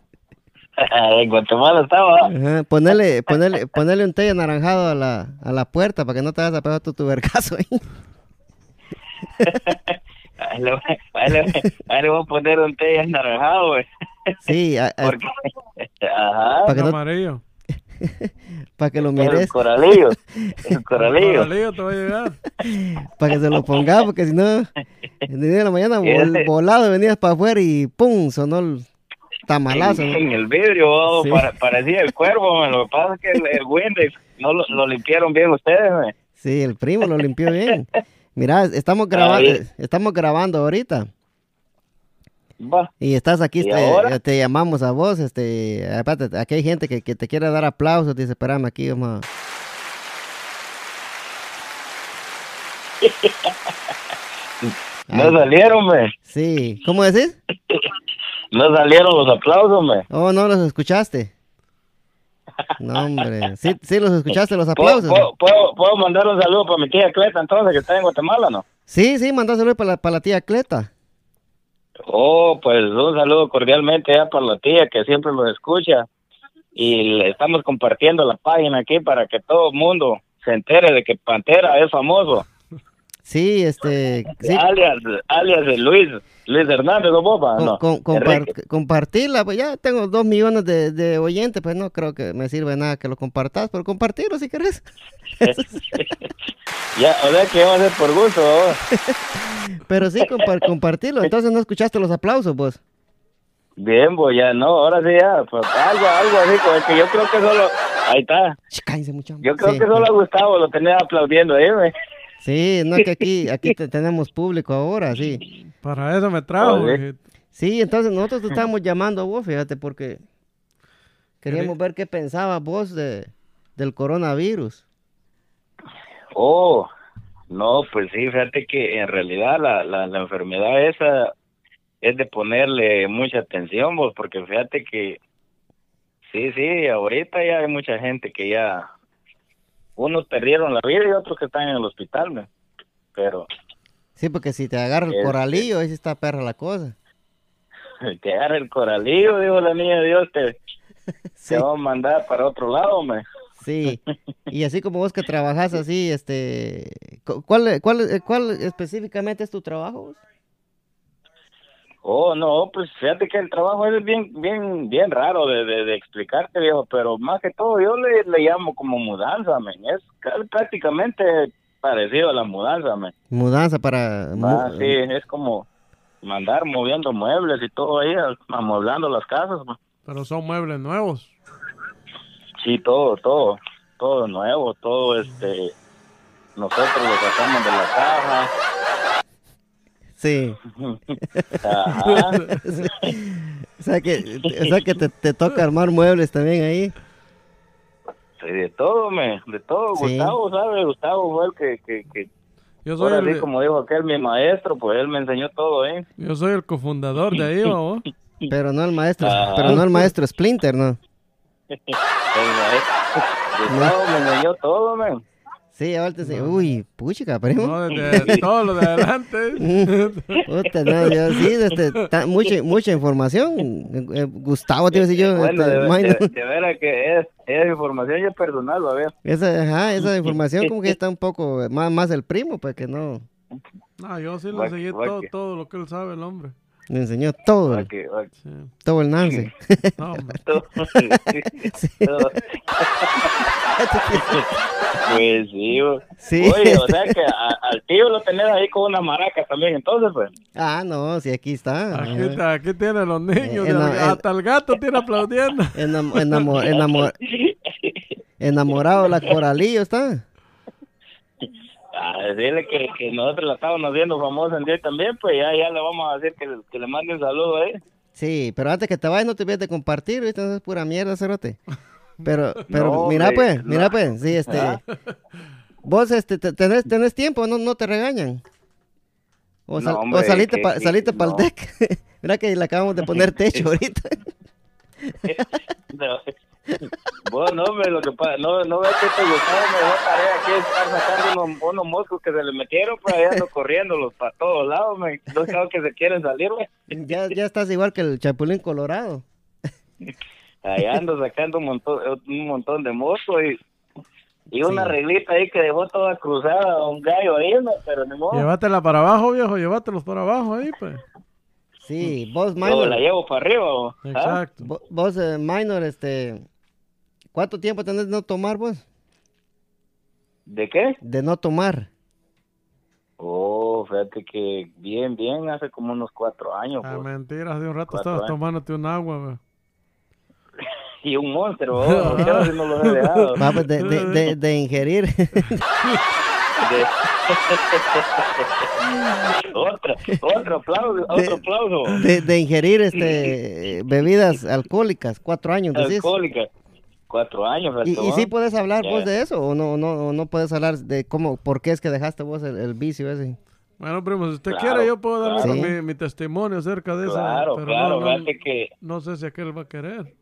D: <laughs>
A: <laughs>
D: en Guatemala estaba.
A: Ajá, Ponele, ponele, ponele un té anaranjado a la,
D: <laughs>
A: a la puerta para que no te vayas a pegar tu tubercazo ahí.
D: Ahí le, voy- ahí le- ahí le voy a poner un té anaranjado, güey.
A: Sí, a- a-
D: Porque, <laughs> ajá,
A: para que, no-
B: Amarillo.
A: para que lo
D: el
A: mires,
D: coralillo,
A: <laughs>
D: el coralillo.
B: Coralillo te va a llegar.
A: para que se lo ponga, porque si
D: <laughs>
A: no, en el día de la mañana
D: Y
A: vol-
D: ese-
A: volado venías para afuera y pum, sonó el tamalazo.
D: En,
A: ¿no?
D: en el vidrio, oh,
A: Sí.
D: para- parecía el cuervo, man. lo que pasa es que el, el Windex no lo, lo limpiaron bien ustedes, man.
A: Sí, el primo lo limpió bien. Mirá, estamos grabando,
D: bien.
A: estamos grabando ahorita.
D: Va.
A: Y estás aquí,
D: ¿Y
A: este,
D: ahora?
A: te llamamos a vos, este, aparte, aquí hay gente que, que te quiere dar aplausos, dice, espérame aquí, vamos a-
D: No salieron, man.
A: Sí, ¿cómo decís?
D: no salieron los aplausos, man.
A: Oh, no los escuchaste. No, hombre, sí, sí los
D: <laughs>
A: escuchaste, los
D: ¿Puedo,
A: aplausos.
D: puedo, puedo- puedo mandar un saludo para mi tía Cleta entonces que está en Guatemala, ¿no?
A: Sí, sí, mandáselo para la, para la tía Cleta.
D: Oh, pues un saludo cordialmente ya para la tía que siempre lo escucha y le estamos compartiendo la página aquí para que todo el mundo se entere de que Pantera es famoso.
A: Sí, este, sí,
D: Alias, alias de Luis, Luis Hernández, ¿no, boba?
A: con-
D: No,
A: con- compar-
D: Enrique.
A: compartirla, pues ya tengo dos millones de, de oyentes, pues no creo que me sirve nada que lo compartas, pero compartirlo si querés.
D: Ya, o sea que vamos a hacer por gusto. ¿no?
A: Pero sí, compar- compartirlo. Entonces no escuchaste los aplausos, vos.
D: Bien, pues ya no, ahora sí ya, pues, algo, algo así, como que yo creo que solo, ahí está,
A: Ch, Cállense mucho.
D: yo creo
A: sí,
D: que solo a Gustavo lo tenía aplaudiendo ahí, güey.
A: Sí, no, que aquí,
D: <laughs>
A: aquí te- tenemos público ahora, sí.
B: Para eso me trajo.
D: Joder.
B: dije,
A: Sí, entonces nosotros te estábamos llamando a vos, fíjate, porque queríamos ver qué pensabas vos de, del coronavirus.
D: Oh, no, pues sí, fíjate que en realidad la, la, la enfermedad esa es de ponerle mucha atención, vos, porque fíjate que sí, sí, ahorita ya hay mucha gente que ya, unos perdieron la vida y otros que están en el hospital, ¿no? pero <laughs>
A: Sí, porque si te agarra el
D: Este.
A: coralillo, ahí sí está perra la cosa. <laughs>
D: te agarra el coralillo, dijo la niña de Dios, te,
A: Sí,
D: te va a mandar para otro lado, me. <laughs>
A: sí. Y así como vos que trabajás así, este, cu- ¿cuál, cuál, cuál específicamente es tu trabajo? vos?
D: Oh, no, pues fíjate que el trabajo es bien, bien, bien raro de, de, de explicarte, viejo, pero más que todo yo le, le llamo como mudanza, men. Es ca- prácticamente parecido a la mudanza, men.
A: Mudanza para... mu- eh.
D: Ah, sí, es como mandar moviendo muebles y todo ahí, al- amueblando las casas, man.
B: Pero son muebles nuevos.
D: Sí, todo, todo, todo nuevo, todo este, nosotros lo sacamos de la
A: <laughs>
D: caja.
A: sí. <laughs>
D: Ajá.
A: O sea que, o sea que te, te toca armar muebles también ahí.
D: Sí, de todo, men, de todo.
A: Sí.
D: Gustavo, ¿sabes? Gustavo fue el que- que, que
B: <laughs> Yo soy,
D: Ahora sí,
B: el,
D: como dijo aquel, mi maestro, pues él me enseñó todo, ¿eh?
B: yo soy el cofundador de ahí,
D: <laughs>
B: ¿va, vos?
A: Pero no el maestro,
D: Ah.
A: pero no el maestro Splinter, ¿no?
D: El maestro. Gustavo me enseñó todo, man.
A: Sí, ahorita sí. Uy, puchica, primo.
B: No, desde todo lo de adelante.
A: Puta, no, yo sí, este, ta- mucha, mucha información. Eh, Gustavo, te iba a decir yo.
D: Bueno,
A: este,
D: de,
A: Maino.
D: de- de veras que es, es información y es personal, a ver.
A: <laughs> esa, ajá, esa información como que está un poco eh, más, más el primo, pues que no.
B: No, yo sí le
D: Guac,
B: enseñé
D: guac.
B: todo, todo lo que él sabe, el hombre.
A: Le enseñó todo, el-
D: Porque, porque
B: Sí.
A: todo el <laughs> Nance.
B: No, hombre.
D: todo- <laughs> todo- pues sí, bo.
A: Sí.
D: Oye, o sea que a- al tío lo tenés ahí con una maraca también, entonces, pues.
A: Ah, no, sí, aquí está.
B: Aquí, está- aquí tiene los niños.
A: Eh, no,
B: hasta-
A: eh.
B: hasta el gato tiene
D: <laughs>
B: aplaudiendo.
A: Enam- enamo- enamo- enamorado de la coralillo está.
D: A decirle que, que nosotros la estábamos haciendo famosa en día también, pues ya, ya le vamos a decir que, le- que le mande un saludo ¿eh? ahí.
A: Sí, pero antes que te vayas no te olvides de compartir, ¿viste? Eso es pura mierda,
D: <laughs>
A: cerote. Pero, pero,
D: No,
A: mira
D: hombre,
A: pues,
D: no.
A: mira pues, sí, este.
D: Ah.
A: Vos, este, te- tenés, tenés tiempo, no, no te regañan. O, sal-
D: No,
A: o
D: hombre,
A: saliste
D: que-
A: para
D: que-
A: el
D: no.
A: deck. <laughs> mira que le acabamos de poner
D: <laughs>
A: techo ahorita. <laughs>
D: No. Vos no, hombre, lo que pasa, no, no ves que te gustaba, me dio tarea aquí estar sacando unos, unos moscos que se le metieron, pero allá ando corriéndolos para todos lados, me, no creo que se quieren salir, pues, güey.
A: ya, ya estás igual que el chapulín colorado.
D: Allá ando sacando un montón, un montón de moscos y, y Y una
A: Sí.
D: reglita ahí que dejó toda cruzada a un gallo ahí, ¿no? pero ni modo.
B: Llévatela para abajo, viejo, llévatelos para abajo ahí, pues.
A: Sí, vos,
D: Yo la
A: Minor,
D: llevo para arriba. ¿o? ¿Ah?
B: Exacto.
A: vo- vos, eh, Minor, este, ¿cuánto tiempo tenés de no tomar vos?
D: ¿De qué?
A: De no tomar.
D: Oh, fíjate que bien, bien, hace como unos cuatro años.
B: Ah,
D: pues.
B: mentiras, de un rato
D: Cuatro
B: estabas
D: años.
B: tomándote un agua, güey.
D: <laughs> Y un
A: <laughs>
D: monstruo, oh, ¿por qué no, si no lo he dejado?
A: Va, pues, de, de- de- de ingerir. <laughs> <laughs>
D: otro, otro aplauso,
A: De-
D: otro aplauso.
A: De, de ingerir
D: <laughs>
A: este eh, bebidas alcohólicas, cuatro años, decís.
D: Alcohólica. Cuatro años,
A: ¿Y,
D: fíjate,
A: y
D: ¿va?
A: sí puedes hablar
D: Ya.
A: vos de eso o no, o no, o no puedes hablar de cómo, por qué es que dejaste vos el, el vicio ese?
B: Bueno, primo, si usted
D: Claro,
B: quiere, yo puedo darle
A: claro.
B: mi-
A: Sí.
B: mi, testimonio acerca de eso.
D: Claro,
B: pero
D: claro,
B: no, no,
D: fíjate que
B: no sé si aquel va a querer.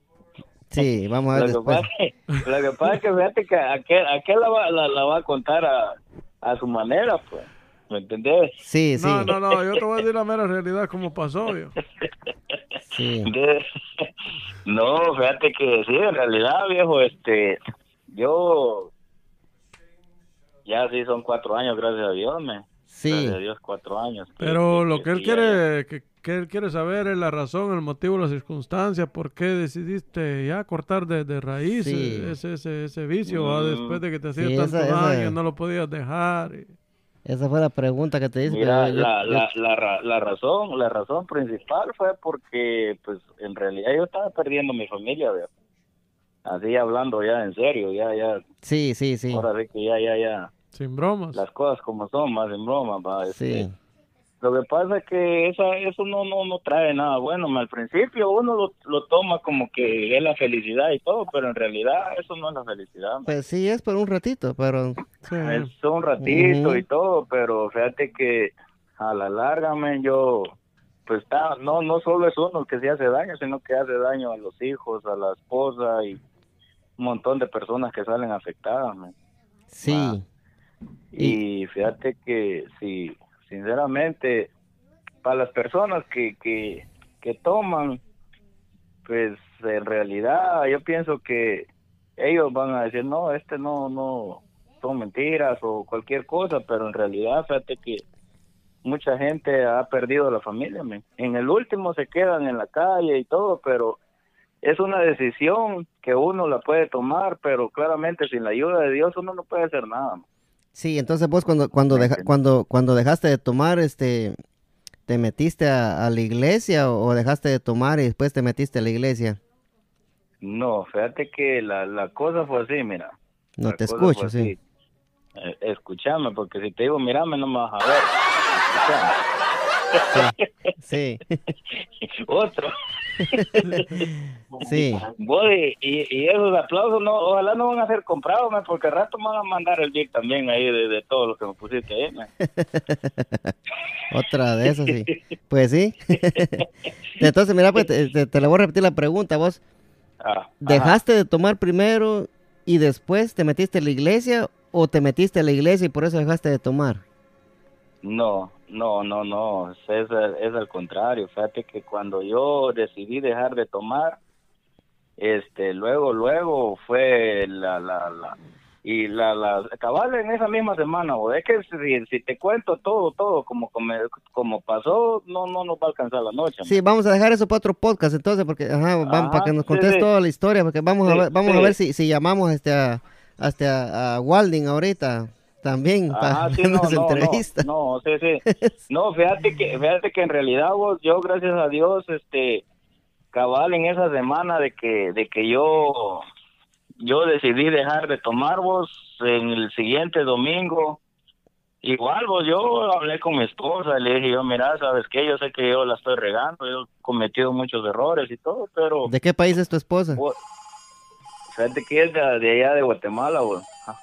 A: Sí, vamos a ver
D: lo que,
A: después.
D: pasa, es- lo que pasa es que fíjate que aquel, aquel la, va, la, la va a contar a, a su manera, pues. ¿Me entendés?
A: Sí, sí,
B: No, no, no, yo te voy a decir la mera realidad, cómo pasó, yo.
A: sí.
D: De- <laughs> No, fíjate que sí, en realidad, viejo, este, yo ya sí son cuatro años, gracias a Dios, me.
A: Sí.
D: Gracias a Dios, cuatro años. <laughs>
B: Pero lo que él
D: sí, ya-
B: quiere, que, que él quiere saber es la razón, el motivo, la circunstancia, por qué decidiste ya cortar de, de raíz
A: Sí.
B: eh, ese, ese, ese vicio, ¿va?
D: Mm.
B: después de que te hacía
A: Sí,
B: tanto
A: esa- esa-
B: daño, no lo podías dejar. y-
A: Esa fue la pregunta que te hice. pero
D: Mira,
A: yo-
D: la,
A: yo-
D: la, la, ra- la razón, la razón principal fue porque, pues, en realidad yo estaba perdiendo mi familia, viejo. Así hablando ya en serio, ya, ya,
A: Sí, sí, sí.
D: ahora sí que ya, ya, ya,
B: Sin bromas.
D: las cosas como son, más en broma, va, este,
A: Sí,
D: Lo que pasa es que esa, eso no, no, no trae nada bueno. ma. Al principio uno lo, lo toma como que es la felicidad y todo, pero en realidad eso no es la felicidad. ma.
A: pues sí, es por un ratito, pero
B: Sí.
D: Ah, Es un ratito
A: Ujú.
D: y todo, pero fíjate que a la larga, men, yo, pues ta- no, no solo es uno el que se hace daño, sino que hace daño a los hijos, a la esposa y un montón de personas que salen afectadas. men.
A: sí,
D: Y fíjate que si, sinceramente, para las personas que, que, que toman, pues en realidad yo pienso que ellos van a decir, no, este no, no, son mentiras o cualquier cosa, pero en realidad fíjate que mucha gente ha perdido la familia. men. En el último se quedan en la calle y todo, pero es una decisión que uno la puede tomar, pero claramente sin la ayuda de Dios uno no puede hacer nada. men.
A: sí. Entonces vos cuando cuando deja- cuando cuando dejaste de tomar, este, te metiste a, a la iglesia o, o dejaste de tomar y después te metiste a la iglesia.
D: No, fíjate que la, la cosa fue así, mira.
A: No
D: La
A: te
D: cosa
A: escucho,
D: fue
A: sí.
D: así. Eh, escúchame, porque si te digo, mirame, no me vas a ver. Escúchame.
A: Sí,
D: <laughs> Otro.
A: sí.
D: Voy, y, y esos aplausos, no, ojalá no van a ser comprados, man, porque al rato me van a mandar el big también ahí de, de todo lo que me pusiste ahí. man.
A: Otra de esas, sí. Pues sí. <laughs> Entonces, mira, pues te, te- te le voy a repetir la pregunta. Vos
D: Ah, ajá.
A: dejaste de tomar primero y después te metiste a la iglesia o te metiste a la iglesia y por eso dejaste de tomar.
D: No, no, no, no, es, es, al- es al contrario. Fíjate que cuando yo decidí dejar de tomar, este, luego, luego fue la, la, la, y la, la, cabal en esa misma semana, o es que si, si te cuento todo, todo, como, como, como pasó, no, no nos va a alcanzar la noche.
A: Sí, vamos a dejar eso para otro podcast entonces, porque, ajá, vamos,
D: Ajá,
A: para que nos
D: Ah, sí,
A: contes
D: sí.
A: toda la historia, porque vamos a
D: Sí,
A: ver, vamos a
D: sí.
A: ver si, si llamamos este a, hasta a, Walding ahorita también
D: Ajá,
A: para <laughs>
D: Ah, sí,
A: que
D: no,
A: nos
D: no, no,
A: entrevista.
D: no, sí, sí.
A: <laughs>
D: No, fíjate que, fíjate que en realidad vos, yo gracias a Dios, este, cabal en esa semana de que, de que yo, yo decidí dejar de tomar vos en el siguiente domingo. Igual vos, yo hablé con mi esposa, le dije yo, mira, sabes qué, yo sé que yo la estoy regando, yo he cometido muchos errores y todo, pero
A: ¿De qué país es tu esposa?
D: vos- fíjate que es de, de allá de Guatemala, vos. Ah, Ajá.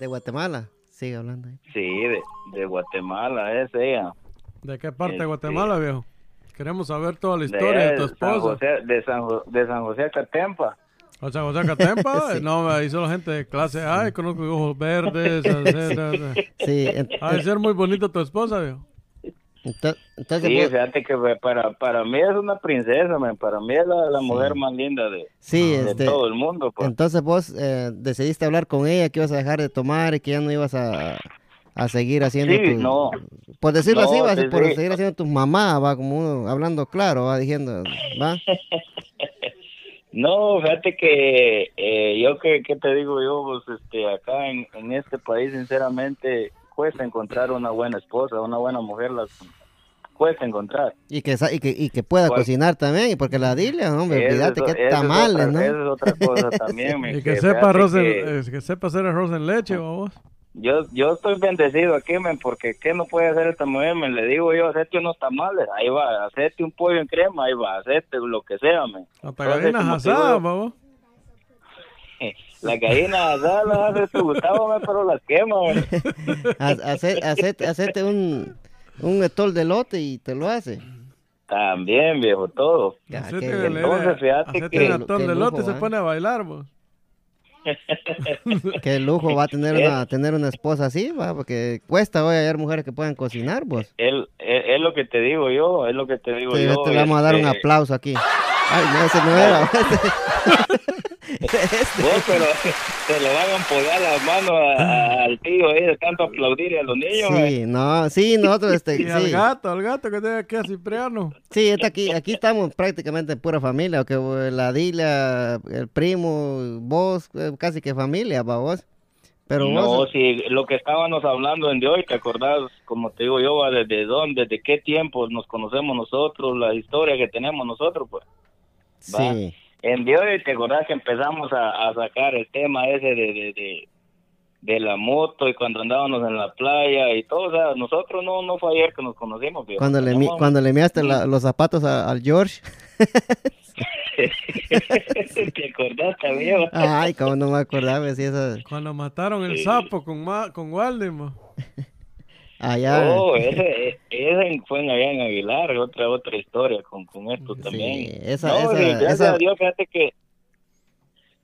A: De Guatemala. Sigue hablando.
D: <laughs>
A: ahí.
D: Sí, de, de Guatemala, es ella.
B: ¿De qué parte de
D: Este-
B: Guatemala, viejo? Queremos saber toda la
D: de
B: historia de,
D: allá
B: tu
D: de San
B: esposa.
D: José, de San, Jo- de San José Catempa.
B: O sea, José
D: <laughs>
B: Catempa,
A: Sí.
B: no, ahí son la gente de clase A, y conozco
D: <laughs>
B: ojos verdes. así, así.
A: Sí, en-
B: Ha de ser muy bonita tu esposa, viejo.
A: Ento- Entonces,
D: Sí,
A: vos-
D: fíjate que fue- para, para mí es una princesa, man. para mí es la, la mujer más linda de,
A: sí,
D: de
A: este,
D: todo el mundo. pues.
A: entonces vos eh, decidiste hablar con ella, que ibas a dejar de tomar y que ya no ibas a, a seguir haciendo
D: Sí,
A: tu-
D: no.
A: Por decirlo así,
D: No,
A: va,
D: sí,
A: por
D: sí.
A: seguir haciendo tus mamás, va, como uno hablando claro, va, diciendo, va.
D: No, fíjate que eh, yo, que, que te digo yo? Pues, este, acá en, en este país, sinceramente, cuesta encontrar una buena esposa, una buena mujer, las cuesta encontrar.
A: Y que, sa- y que, y que pueda
D: ¿Cuál?
A: cocinar también, y porque
D: <laughs>
A: la dile, hombre,
D: Esa
A: olvídate
D: es o-
A: que
D: esa Pues es
A: tamales,
D: otra-
A: ¿no?
D: Esa es
A: <laughs>
D: otra cosa también. mi,
B: Y que
D: que
B: sepa,
D: fíjate
B: arroz en-
D: que Ah.
B: eh, que sepa hacer arroz en leche, vos.
D: Yo, yo estoy bendecido aquí, men, porque ¿qué no puede hacer esta mujer? men? le digo yo, hacete unos tamales, ahí va, hacete un pollo en crema, ahí va, hacete lo que sea, men.
B: Hasta
D: Entonces,
B: gallinas
D: como te digo,
B: asadas, va, vos.
D: Las gallinas asadas las hace tu Gustavo, men, pero las quema, men.
A: Ha- hacer- hacer- Hacerte un, un etol de lote y te lo hace.
D: También, viejo, todo.
A: Ya,
B: Hacete
A: qué
B: el-
A: bien.
D: Entonces, fíjate
B: hacete
D: que-
B: un atol
A: Qué
B: de
A: lujo,
B: lote y se
A: ¿eh?
B: pone a bailar, vos.
A: Qué lujo va a tener
D: <laughs>
A: una, tener una esposa así, va, porque cuesta hoy hallar mujeres que puedan cocinar, vos.
D: Él- Es es lo que te digo yo, es lo que te digo
A: Te,
D: yo.
A: te vamos a dar un
D: este,
A: aplauso aquí. Ay, no, ese no era. <laughs> ese- <laughs> este, ese.
D: Vos, pero <laughs> se le van a empoderar las manos a- a- al tío ahí de tanto aplaudir a los niños, men.
A: Sí, no, sí, nosotros, este,
B: <laughs> Y al
A: sí.
B: gato, al gato que tiene aquí a Cipriano.
A: Sí, está aquí, aquí estamos prácticamente en pura familia, que eh, la Dila, el primo, vos, eh, casi que familia, para vos. Pero
D: No,
A: vos,
D: si lo que estábamos hablando en de hoy, ¿te acordás? Como te digo yo, va, desde dónde, desde qué tiempo nos conocemos nosotros, la historia que tenemos nosotros, pues. va.
A: sí,
D: En de hoy, ¿te acordás que empezamos a, a sacar el tema ese de, de, de, de la moto y cuando andábamos en la playa y todo? O sea, nosotros no, no fue ayer que nos conocimos, viejo.
A: cuando le, mi-
D: Tenemos-
A: cuando le miaste la- los zapatos a- al George.
D: <laughs> ¿Te acordás
A: <laughs>
D: también? va?
A: Ay, como no me acordaba, si esa,
B: Cuando mataron el sapo con, ma- con Walden, vos.
A: allá,
D: Oh, ese, ese fue en allá en Aguilar, otra otra historia con, con esto también.
A: esa-
D: no,
A: esa-
D: sí, gracias
A: esa-
D: a Dios, fíjate que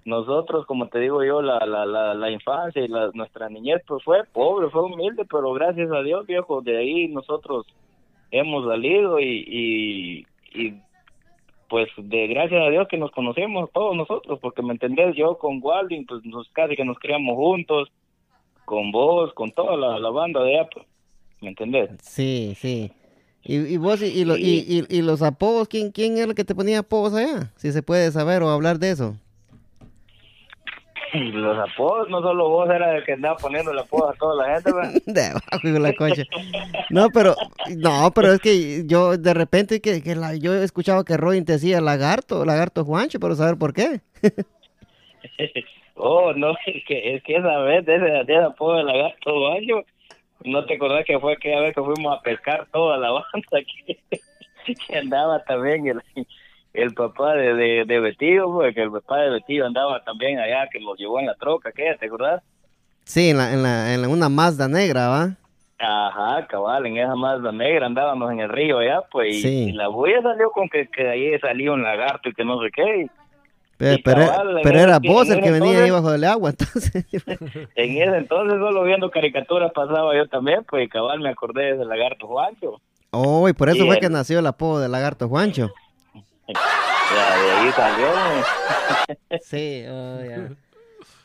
D: nosotros, como te digo yo, la, la, la, la infancia y la, nuestra niñez pues fue pobre, fue humilde, pero gracias a Dios, viejo, de ahí nosotros hemos salido y, y, y pues de gracias a Dios que nos conocemos todos nosotros, porque me entendés, yo con Walding, pues nos, casi que nos criamos juntos, con vos, con toda la, la banda de allá, pues,
A: <laughs>
D: ¿me entendés?
A: sí, sí. Y, y vos, y, y lo- y- y- y los apodos, ¿quién, ¿quién era el que te ponía apodos allá? Si se puede saber o hablar de eso.
D: Y Los apodos, no solo vos era el que andaba poniendo el apodo a toda la gente, pues, ¿verdad?
A: <laughs> Debajo de la cocha. No, pero, no, pero es que yo de repente que, que la- yo he escuchado que Rodin te decía lagarto, lagarto Juancho, pero saber por qué.
D: Oh, no, <laughs> es que, es que esa vez de ese, de ese apodo de lagarto baño, no te acordás que fue aquella vez que fuimos a pescar toda la <laughs> banda que, que andaba también el, el papá de, de, de Betillo, porque el papá de Betillo andaba también allá, que lo llevó en la troca, ¿qué? ¿Te acordás?
A: Sí, en la, en la, en la- una Mazda negra, ¿va?
D: Ajá, cabal, en esa Mazda negra andábamos en el río allá, pues, y,
A: Sí.
D: y la bulla salió con que, que ahí salió un lagarto y que no sé qué, y
A: Pero,
D: Y
A: pero, e,
D: cabal, la
A: pero
D: verdad
A: era
D: es que
A: vos
D: en
A: el que
D: ese
A: venía ahí
D: entonces-
A: bajo del agua, <laughs> entonces.
D: En ese entonces, solo viendo caricaturas pasaba yo también, pues y cabal me acordé de ese lagarto Juancho.
A: Oh, y por eso
D: Y
A: fue
D: el-
A: que nació el apodo de lagarto Juancho.
D: Ya, de ahí salió. ¿no? <laughs>
A: Sí, oh, ya.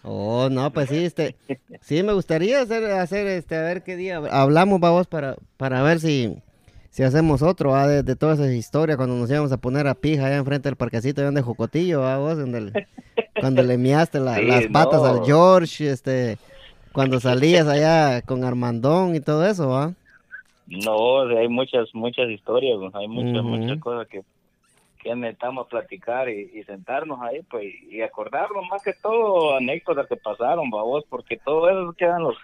A: Oh, no, pues sí, este, sí, me gustaría hacer, hacer, este, a ver qué día hablamos, vamos, para, para ver si, si hacemos otro, ¿va? de, de todas esas historias, cuando nos íbamos a poner a pija allá enfrente del parquecito, allá donde Jocotillo, ¿va? vos, donde le- cuando le miaste la-
D: Sí,
A: las patas
D: no.
A: al George, este, cuando salías allá con Armandón y todo eso, ¿va?
D: No, o sea, hay muchas, muchas historias, ¿no? hay muchas,
A: Ujú.
D: muchas cosas que, que necesitamos platicar y, y sentarnos ahí, pues, y acordarnos más que todo anécdotas que pasaron, babos, porque todo eso queda en los,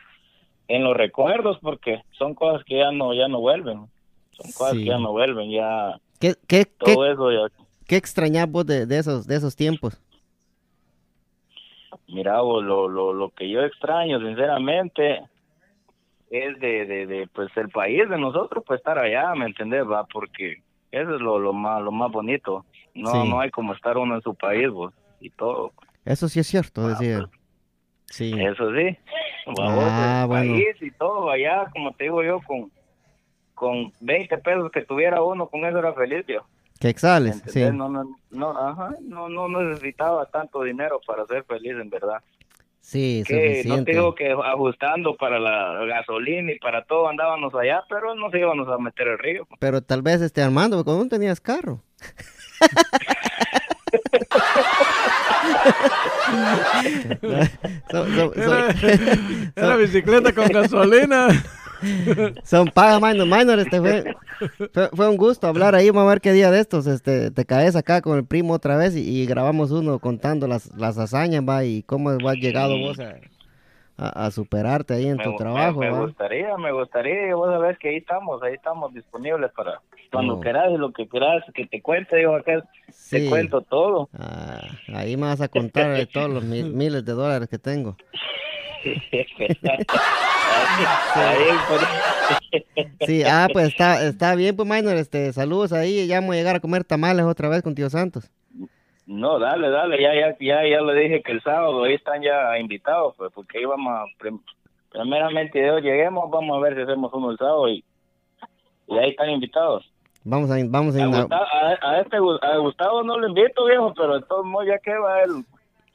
D: en los recuerdos, porque son cosas que ya no, ya no vuelven, ¿no? son cosas
A: Sí.
D: que ya no vuelven, ya
A: ¿Qué, qué, qué,
D: todo eso ya
A: qué extrañás vos de, de esos, de esos tiempos?
D: Mira, vos, lo, lo, lo que yo extraño, sinceramente, es de, de, de, pues, el país de nosotros, pues, estar allá, ¿me entendés? Va, porque eso es lo, lo más, lo más bonito. No,
A: Sí.
D: no hay como estar uno en su país, vos, y todo.
A: Eso sí es cierto,
D: Ah, pues.
A: decía. Sí.
D: Eso sí. Va,
A: Ah,
D: vos, el
A: bueno.
D: país y todo allá, como te digo yo, con, con 20 pesos que tuviera uno, con eso era feliz yo.
A: Quexales, sí.
D: ¿Entendés? No, no, no, ajá, no, no necesitaba tanto dinero para ser feliz, en verdad.
A: Sí,
D: Que no te
A: suficiente.
D: digo que ajustando para la gasolina y para todo andábamos allá, pero nos íbamos a meter el río.
A: Pero tal vez este Armando, cuando no tenías carro. <laughs> son, son- <laughs>
B: Era,
A: son-
B: era bicicleta
A: <laughs>
B: con gasolina.
A: son pagas minor, minor, este fue, fue, fue un gusto hablar ahí, vamos a ver qué día de estos, este, te caes acá con el primo otra vez y, y grabamos uno contando las, las hazañas, va, y cómo has llegado vos a, a- a superarte ahí en
D: Me
A: tu
D: gu-
A: trabajo,
D: me, me
A: va.
D: gustaría, me gustaría, y vos sabés que ahí estamos, ahí estamos disponibles para cuando
A: Oh.
D: querás y lo que querás, que te cuente, yo acá
A: Sí.
D: te
A: <laughs>
D: cuento todo. <laughs>
A: Ah, ahí me vas a contar de todos los mil- miles de dólares que tengo.
D: Ahí, por-
A: Sí, ah, pues está, está bien, pues, Minor, este, saludos ahí, ya vamos a llegar a comer tamales otra vez con Tío Santos.
D: No, dale, dale, ya, ya, ya, ya le dije que el sábado ahí están ya invitados, pues, porque ahí vamos a, prim- primeramente Dios, lleguemos, vamos a ver si hacemos uno el sábado y, y ahí están invitados.
A: Vamos a, vamos a,
D: A,
A: ina-
D: Gustavo, a- a este Gu- a Gustavo no lo invito, viejo, pero de todos modos ya que va él.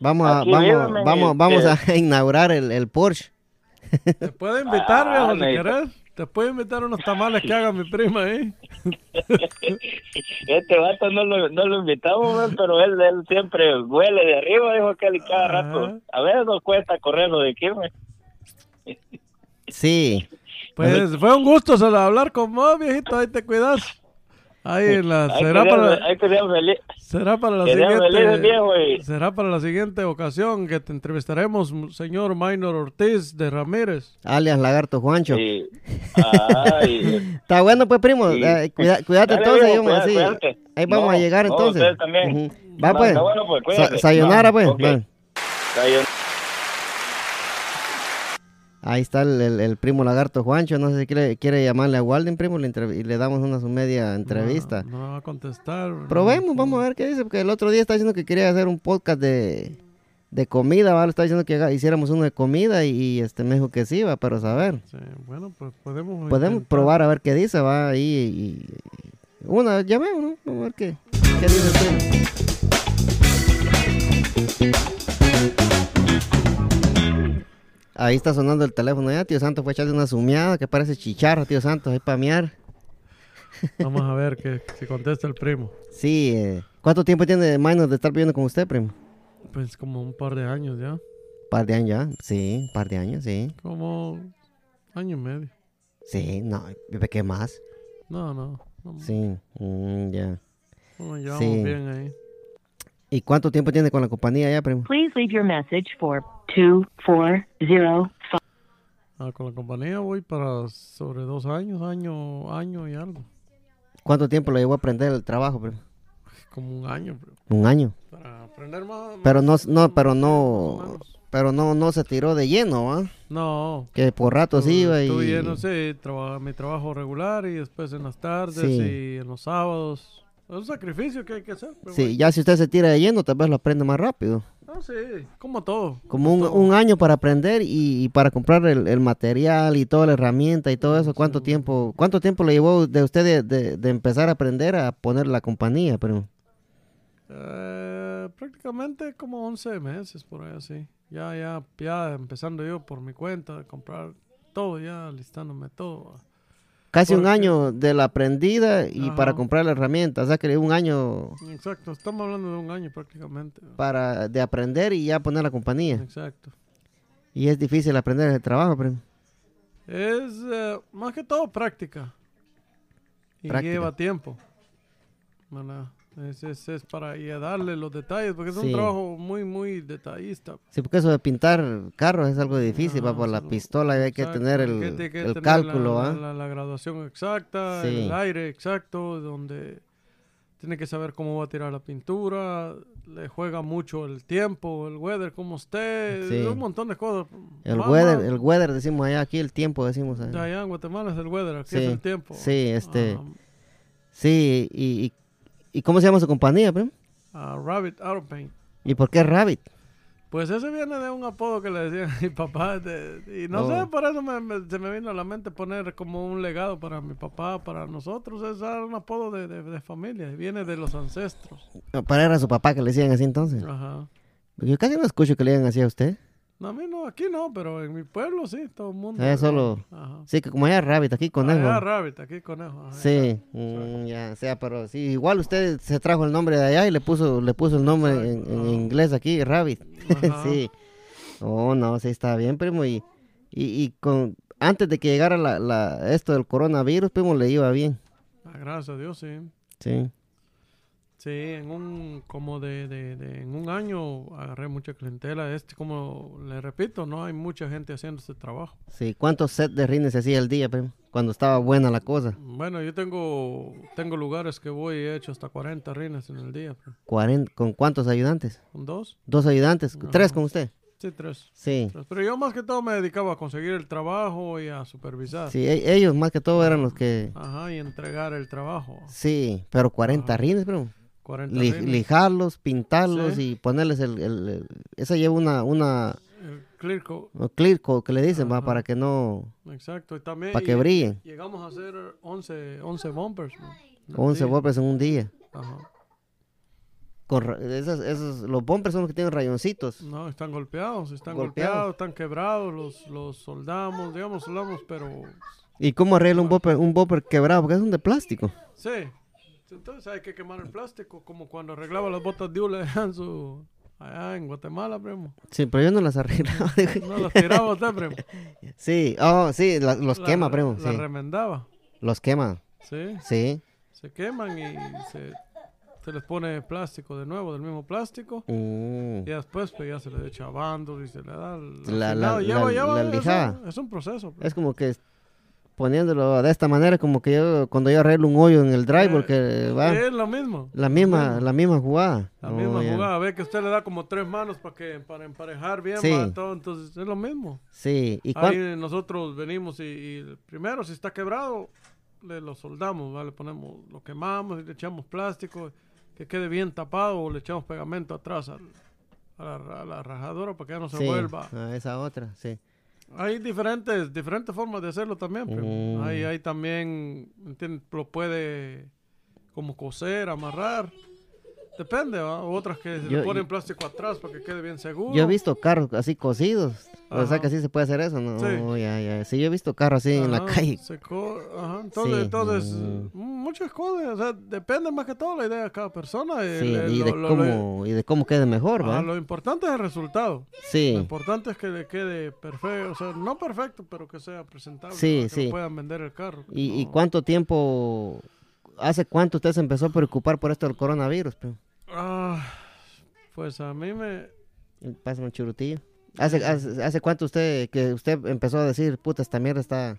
A: vamos a,
D: aquí
A: vamos,
D: viéndome, este.
A: vamos, vamos a <laughs> inaugurar el, el Porsche.
B: Te puede invitar, viejo, si
D: Ah, me-
B: querés. Te puede invitar unos tamales que haga mi prima ahí.
D: Este vato no lo, no lo invitamos, güey, pero él, él siempre huele de arriba, dijo que él cada
B: Ajá.
D: rato. A veces nos cuesta correrlo de aquí, güey.
A: Sí,
B: Pues fue un gusto solo hablar con vos, viejito. Ahí te cuidas. Ahí en la,
D: Hay que
B: será,
D: ser-
B: para,
D: hay que ser feliz.
B: será para la
D: que sean felices, viejo,
B: siguiente.
D: y-
B: Será para la siguiente ocasión que te entrevistaremos, señor Minor Ortiz de Ramírez.
A: alias Lagarto Juancho.
B: <laughs>
D: Sí. Ay,
A: Está bueno, pues, primo,
D: Sí.
A: eh, cuida- cuídate
D: Dale,
A: entonces,
D: viejo,
A: vamos,
D: cuida-
A: sí.
D: cuídate.
A: ahí vamos a
D: No,
A: llegar
D: no,
A: entonces.
D: ustedes también.
A: Ujú. Va,
D: No,
A: pues,
D: está bueno, pues,
A: Sa-
D: cuídate.
A: sayonara,
D: No,
A: pues,
D: ok.
A: va.
D: Cayo-
A: Ahí está el, el- el primo Lagarto Juancho, no sé si quiere, quiere llamarle a Walden, primo, le entrev- y le damos una su media entrevista.
B: No, no va a contestar.
A: Probemos, vamos a ver qué dice, porque el otro día está diciendo que quería hacer un podcast de, de comida, ¿vale? Está diciendo que haga- hiciéramos uno de comida y, y, este me dijo que sí, va, pero saber.
B: Sí, bueno, pues podemos.
A: Podemos
B: intentar.
A: probar a ver qué dice, va ahí y, y- una, ya vemos, ¿no? Vamos a ver qué, qué dice el primo. Ahí está sonando el teléfono ya, tío Santos fue echarle una sumiada que parece chicharra, tío Santos, ahí para mear.
B: Vamos a ver que, si contesta el primo.
A: Sí, eh, ¿cuánto tiempo tiene Maynard de estar viviendo con usted, primo?
B: Pues como un par de años ya.
A: Par de años ya, sí, par de años, sí.
B: Como año y medio.
A: Sí, no, ¿qué más?
B: No, no. no
A: Sí, mm, ya.
B: no nos llevamos
A: Sí.
B: bien ahí.
A: ¿Y cuánto tiempo tiene con la compañía ya, primo?
E: Please leave your message for 2405.
B: Ah, con la compañía voy para sobre dos años, año, año y algo.
A: ¿Cuánto tiempo le llevó a aprender el trabajo, primo?
B: Como un año. pero-
A: Un año.
B: Para aprender más.
A: Pero no, no, pero
B: Más o
A: no,
B: menos.
A: pero no, no se tiró de lleno, ¿ah?
B: No.
A: Que por ratos iba Pues y...
B: Estuve lleno, sí, traba- mi trabajo regular y después en las tardes
A: Sí.
B: y en los sábados. Es un sacrificio que hay que hacer. pero
A: Sí, ya si usted se tira de lleno, tal vez lo aprende más rápido.
B: bueno. No, sí, como todo.
A: Como un, un año para aprender y, y para comprar el, el material y toda la herramienta y todo eso, ¿cuánto tiempo cuánto tiempo le llevó de usted de, de- de empezar a aprender a poner la compañía, primo?
B: Eh, prácticamente como 11 meses por ahí así. Ya, ya, ya empezando yo por mi cuenta, a comprar todo, ya listándome todo.
A: Casi un
B: Porque-
A: año de la aprendida y
B: Ajá.
A: para comprar la herramienta. O sea, que un año
B: Exacto, estamos hablando de un año prácticamente.
A: para de aprender y ya poner la compañía.
B: Exacto.
A: Y es difícil aprender el trabajo, primo.
B: Es eh, más que todo práctica. Y
A: Práctica.
B: lleva tiempo. Bueno, es, es, es para y a darle los detalles, porque es
A: Sí.
B: un trabajo muy, muy detallista.
A: Sí, porque eso de pintar carros es algo difícil, va
B: Ajá,
A: por la
B: eso-
A: pistola y hay que
B: Ah, Exacto,
A: tener
B: hay
A: el,
B: que- hay que
A: el
B: tener la-
A: cálculo,
B: la,
A: ¿ah?
B: la- la graduación exacta,
A: Sí.
B: el aire exacto, donde tiene que saber cómo va a tirar la pintura, le juega mucho el tiempo, el weather, cómo esté,
A: Sí.
B: un montón de cosas.
A: El
B: Más-
A: weather,
B: más-
A: el weather decimos allá, aquí el tiempo decimos allá.
B: allá en Guatemala es el weather, aquí
A: Sí,
B: es el tiempo.
A: sí, este-
B: Ah,
A: Sí, y, y, y ¿cómo se llama su compañía, primo?
B: ah, Rabbit Auto Paint.
A: ¿Y por qué Rabbit?
B: Pues ese viene de un apodo que le decían a mi papá. de- y no
A: Oh.
B: sé, por eso me- me- se me vino a la mente poner como un legado para mi papá, para nosotros. Es un apodo de, de- de familia. Viene de los ancestros.
A: Para era su papá que le decían así entonces.
B: Ajá.
A: Yo casi no escucho que le digan así a usted.
B: No, a mí no, aquí no, pero en mi pueblo sí, todo el mundo.
A: Eh, solo-
B: Ajá.
A: Sí, que como haya rabbit aquí con
B: Allá
A: él.
B: rabbit, aquí conejo. ajá.
A: Sí, mm, ya, o sea, pero sí, igual usted se trajo el nombre de allá y le puso, le puso el nombre en, en inglés aquí, Rabbit. <laughs>
B: Ajá.
A: sí. Oh, no, sí, está bien, primo. Y, y, y con, antes de que llegara la, la, esto del coronavirus, primo, le iba bien.
B: Ah, gracias a Dios, sí.
A: Sí.
B: Sí, en un, como de, de- de- en un año agarré mucha clientela. Este, como le repito, no hay mucha gente haciendo este trabajo.
A: Sí, ¿cuántos sets de rines hacía el día, primo? Cuando estaba buena la cosa.
B: Bueno, yo tengo, tengo lugares que voy y he hecho hasta 40 rines en el día. pero
A: Cuaren- ¿Con cuántos ayudantes?
B: ¿Con dos?
A: ¿Dos ayudantes? ¿Tres
B: Ajá.
A: con usted?
B: Sí, tres.
A: Sí.
B: tres. Pero yo más que todo me dedicaba a conseguir el trabajo y a supervisar.
A: Sí, e- ellos más que todo eran los que...
B: Ajá, y entregar el trabajo.
A: Sí, pero 40 rines, primo.
B: 40
A: Li-
B: rines.
A: lijarlos, pintarlos
B: Sí.
A: y ponerles el, el- el- Esa lleva una, una
B: El clear coat,
A: un clear coat que le dicen, va, para que no...
B: Exacto. Y también...
A: Para
B: y-
A: que brillen.
B: Llegamos a hacer 11, 11 bumpers. man, en el
A: 11
B: día.
A: bumpers en un día.
B: Ajá.
A: Con ra- esas- esos, los bumpers son los que tienen rayoncitos.
B: No, están golpeados, están
A: Golpeados.
B: golpeados, están quebrados, los, los soldamos, digamos, soldamos, pero
A: ¿Y cómo arregla un bumper, un bumper quebrado? Porque es un de plástico.
B: sí. Entonces hay que quemar el plástico, como cuando arreglaba las botas de Ule en su- allá en Guatemala, primo.
A: Sí, pero yo no las <laughs> arreglaba.
B: No las tiraba
A: <laughs>
B: usted, primo.
A: sí, oh, sí, la- los
B: La-
A: quema, primo.
B: Las
A: sí.
B: remendaba,
A: Los quema,
B: sí.
A: sí.
B: Se queman y se, se les pone plástico de nuevo, del mismo plástico.
A: Mm.
B: Y después pues ya se le echa bandos y se le da el
A: La- la-
B: afinado.
A: la-
B: Lleva- lleva-
A: la
B: es un-
A: lijada.
B: Es un proceso. pues.
A: Es como que poniéndolo de esta manera, como que yo cuando yo arreglo un hoyo en el driver
B: Eh,
A: que va...
B: Es lo mismo.
A: La misma, la misma jugada.
B: La
A: Oh,
B: misma
A: ya.
B: jugada. Ve que usted le da como tres manos para que para emparejar bien.
A: Sí.
B: va, todo, entonces es lo mismo.
A: Sí, y cuán-
B: Ahí nosotros venimos y, y primero si está quebrado le lo soldamos, ¿va? le ponemos, lo quemamos y le echamos plástico que quede bien tapado o le echamos pegamento atrás al- a, la, ra- a la rajadora para que ya no se
A: sí,
B: vuelva.
A: a esa otra, sí.
B: Hay diferentes, diferentes formas de hacerlo también. primo.
A: Mm.
B: Hay, hay también, ¿entiendes? Lo puede como coser, amarrar. Depende, ¿va? Otras que se
A: Yo-
B: le ponen
A: yo-
B: plástico atrás para que quede bien seguro.
A: Yo he visto carros así cosidos. O sea
B: Uh. Ajá.
A: que así se puede hacer eso, ¿no?
B: Sí.
A: Oh, ya, ya. Sí, yo he visto carros así en la
B: Ajá,
A: calle.
B: se co- ajá, Entonces,
A: Sí.
B: entonces
A: Mm.
B: muchas cosas. o sea, depende más que todo la idea de cada persona. el-
A: Sí,
B: el-
A: y,
B: lo-
A: de
B: lo- lo-
A: cómo, y de cómo quede mejor,
B: ajá,
A: ¿va?
B: lo importante es el resultado. Lo
A: Sí,
B: importante es que le quede perfecto. O sea, no perfecto, pero que sea presentable.
A: Sí,
B: para que lo
A: sí.
B: puedan vender el carro.
A: y, y
B: No.
A: cuánto tiempo, hace cuánto usted se empezó a preocupar por esto del coronavirus? primo?
B: Ah, pues a mí me...
A: Pásame un churutillo. ¿Hace, hace, hace cuánto usted, que usted empezó a decir, puta, esta mierda está,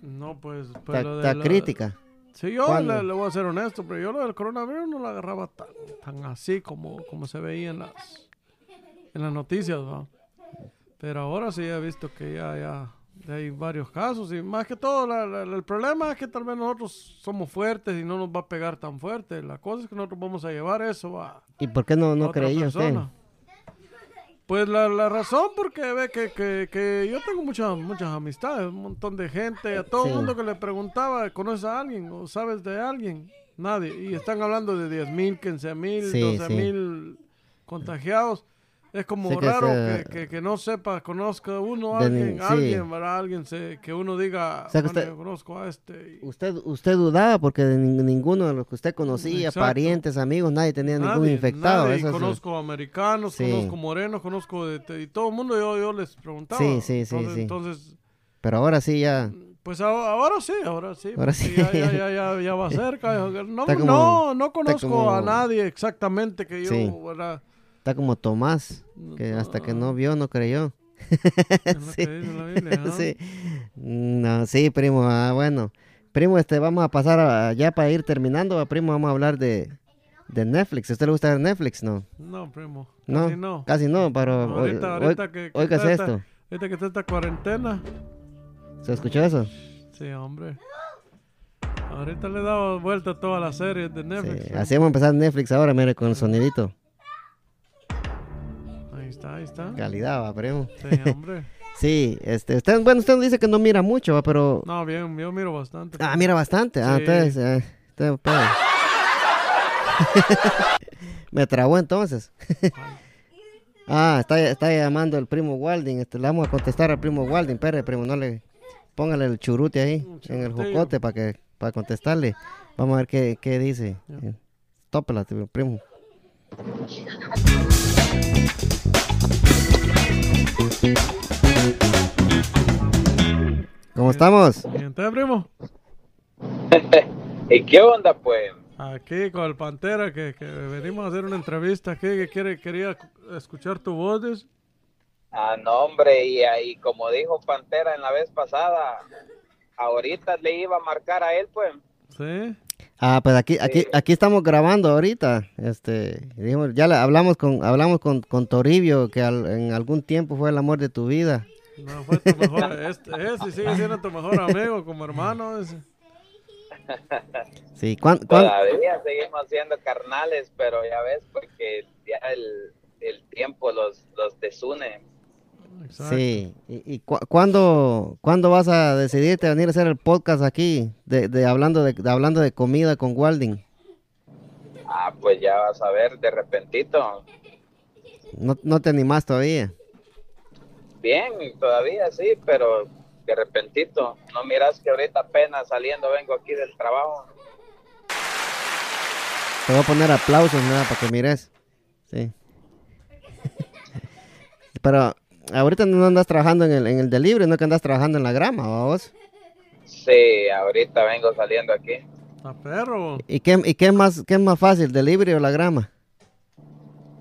B: No, pues... pues
A: está,
B: lo de
A: está
B: la-
A: crítica?
B: Sí, yo
A: ¿Cuándo?
B: le, le voy a ser honesto, pero yo lo del coronavirus no lo agarraba tan, tan así como, como se veía en las, en las noticias, ¿va? Pero ahora sí he visto que ya, ya ya hay varios casos y más que todo la- la- la- el problema es que tal vez nosotros somos fuertes y no nos va a pegar tan fuerte. La cosa es que nosotros vamos a llevar eso a,
A: ¿Y por qué no, no
B: otra
A: creía usted?
B: persona. Pues la, la razón porque ve que, que- que yo tengo muchas muchas amistades, un montón de gente, a todo el
A: Sí.
B: mundo que le preguntaba, ¿conoces a alguien o sabes de alguien? Nadie. Y están hablando de 10 mil, 15 mil,
A: Sí,
B: 12
A: sí.
B: mil contagiados. Es como
A: Sí que
B: raro
A: sea-
B: que, que- que no sepa, conozca uno a
A: De
B: alguien,
A: ni- sí.
B: alguien, ¿verdad? Alguien se- que uno diga,
A: O sea, que
B: "Bueno,
A: usted-
B: yo conozco a este. y-
A: Usted, usted dudaba porque de nin- ninguno de los que usted conocía,
B: Exacto.
A: parientes, amigos, nadie tenía ningún
B: Nadie,
A: infectado.
B: nadie.
A: eso es-
B: conozco americanos,
A: Sí.
B: conozco morenos, conozco de, de- y todo el mundo yo, yo les preguntaba.
A: Sí, sí, sí,
B: entonces,
A: sí.
B: entonces,
A: Pero ahora sí ya.
B: pues a- ahora sí, ahora sí.
A: Ahora
B: porque
A: sí.
B: Ya, ya, ya, ya-
A: <laughs>
B: ya va cerca. No,
A: Está como-
B: no, no conozco
A: como-
B: a nadie exactamente que yo,
A: Sí.
B: ¿verdad?
A: <laughs> Está como Tomás, que hasta que no vio, no creyó.
B: Es lo que dice la Biblia, ¿no?
A: <laughs> Sí. No, sí, primo. Ah, bueno. Primo, este, vamos a pasar a- ya para ir terminando. ah, Primo, vamos a hablar de, de Netflix. ¿A usted le gusta ver Netflix? No.
B: No, primo.
A: No.
B: casi no.
A: Casi no, pero. hoy-
B: Ahorita,
A: hoy-
B: ahorita que, que
A: oiga
B: está esta-
A: esto.
B: ahorita que está esta cuarentena.
A: ¿Se escuchó
B: <laughs>
A: eso?
B: Sí, hombre. Ahorita le he dado vuelta a todas las series de
A: Sí,
B: Netflix.
A: Así vamos a empezar Netflix ahora, mire, con el sonidito.
B: Ahí está. está, ahí está.
A: Calidad, va, primo.
B: Sí,
A: <laughs>
B: hombre.
A: Sí, este, usted, bueno, usted dice que no mira mucho, va, pero...
B: No, bien, yo miro bastante.
A: Ah, mira bastante. Ah,
B: Sí.
A: entonces, eh, entonces, pues. <laughs> Me trabó entonces. <laughs> ah, está, está llamando el primo Walding. Este, le vamos a contestar al primo Walding. Espere, primo, no le... Póngale el churute ahí,
B: Un
A: en el
B: churutillo.
A: jocote, para que para contestarle. Vamos a ver qué, qué dice. Eh, Tópela, tío, primo. ¿Cómo estamos?
B: ¿Y entonces, primo?
F: ¿Y qué onda, pues?
B: Aquí con el Pantera, que, que venimos a hacer una entrevista aquí, que quiere, quería escuchar tu voz. dice.
F: Ah, no, hombre, y ahí, como dijo Pantera en la vez pasada, ahorita le iba a marcar a él, pues.
B: Sí.
A: Ah, pues aquí, aquí, aquí estamos grabando ahorita. Este, dijimos, ya la- hablamos con, hablamos con, con Toribio, que al- en algún tiempo fue el amor de tu vida.
B: No fue tu mejor, este, ese sigue siendo tu mejor amigo, como hermano. dice.
A: Sí, ¿cuán- cuán-
F: Todavía seguimos siendo carnales, pero ya ves, porque ya el, el tiempo los, los desune.
B: Exacto.
A: sí. ¿Y, y cu- cuándo, cuándo vas a decidirte a venir a hacer el podcast aquí, de, de hablando de, de hablando de comida con Walding?
F: Ah, pues ya vas a ver, de repentito.
A: No, no te animás todavía.
F: Bien, todavía sí, pero de repentito. No miras que ahorita apenas saliendo vengo aquí del trabajo.
A: Te voy a poner aplausos, mira, para que mires. Sí. <laughs> Pero ahorita no andas trabajando en el, en el delivery, no que andas trabajando en la grama, ¿va vos?
F: Sí, ahorita vengo saliendo aquí.
B: Está perro.
A: ¿Y qué, y qué más qué es más fácil, delivery o la grama?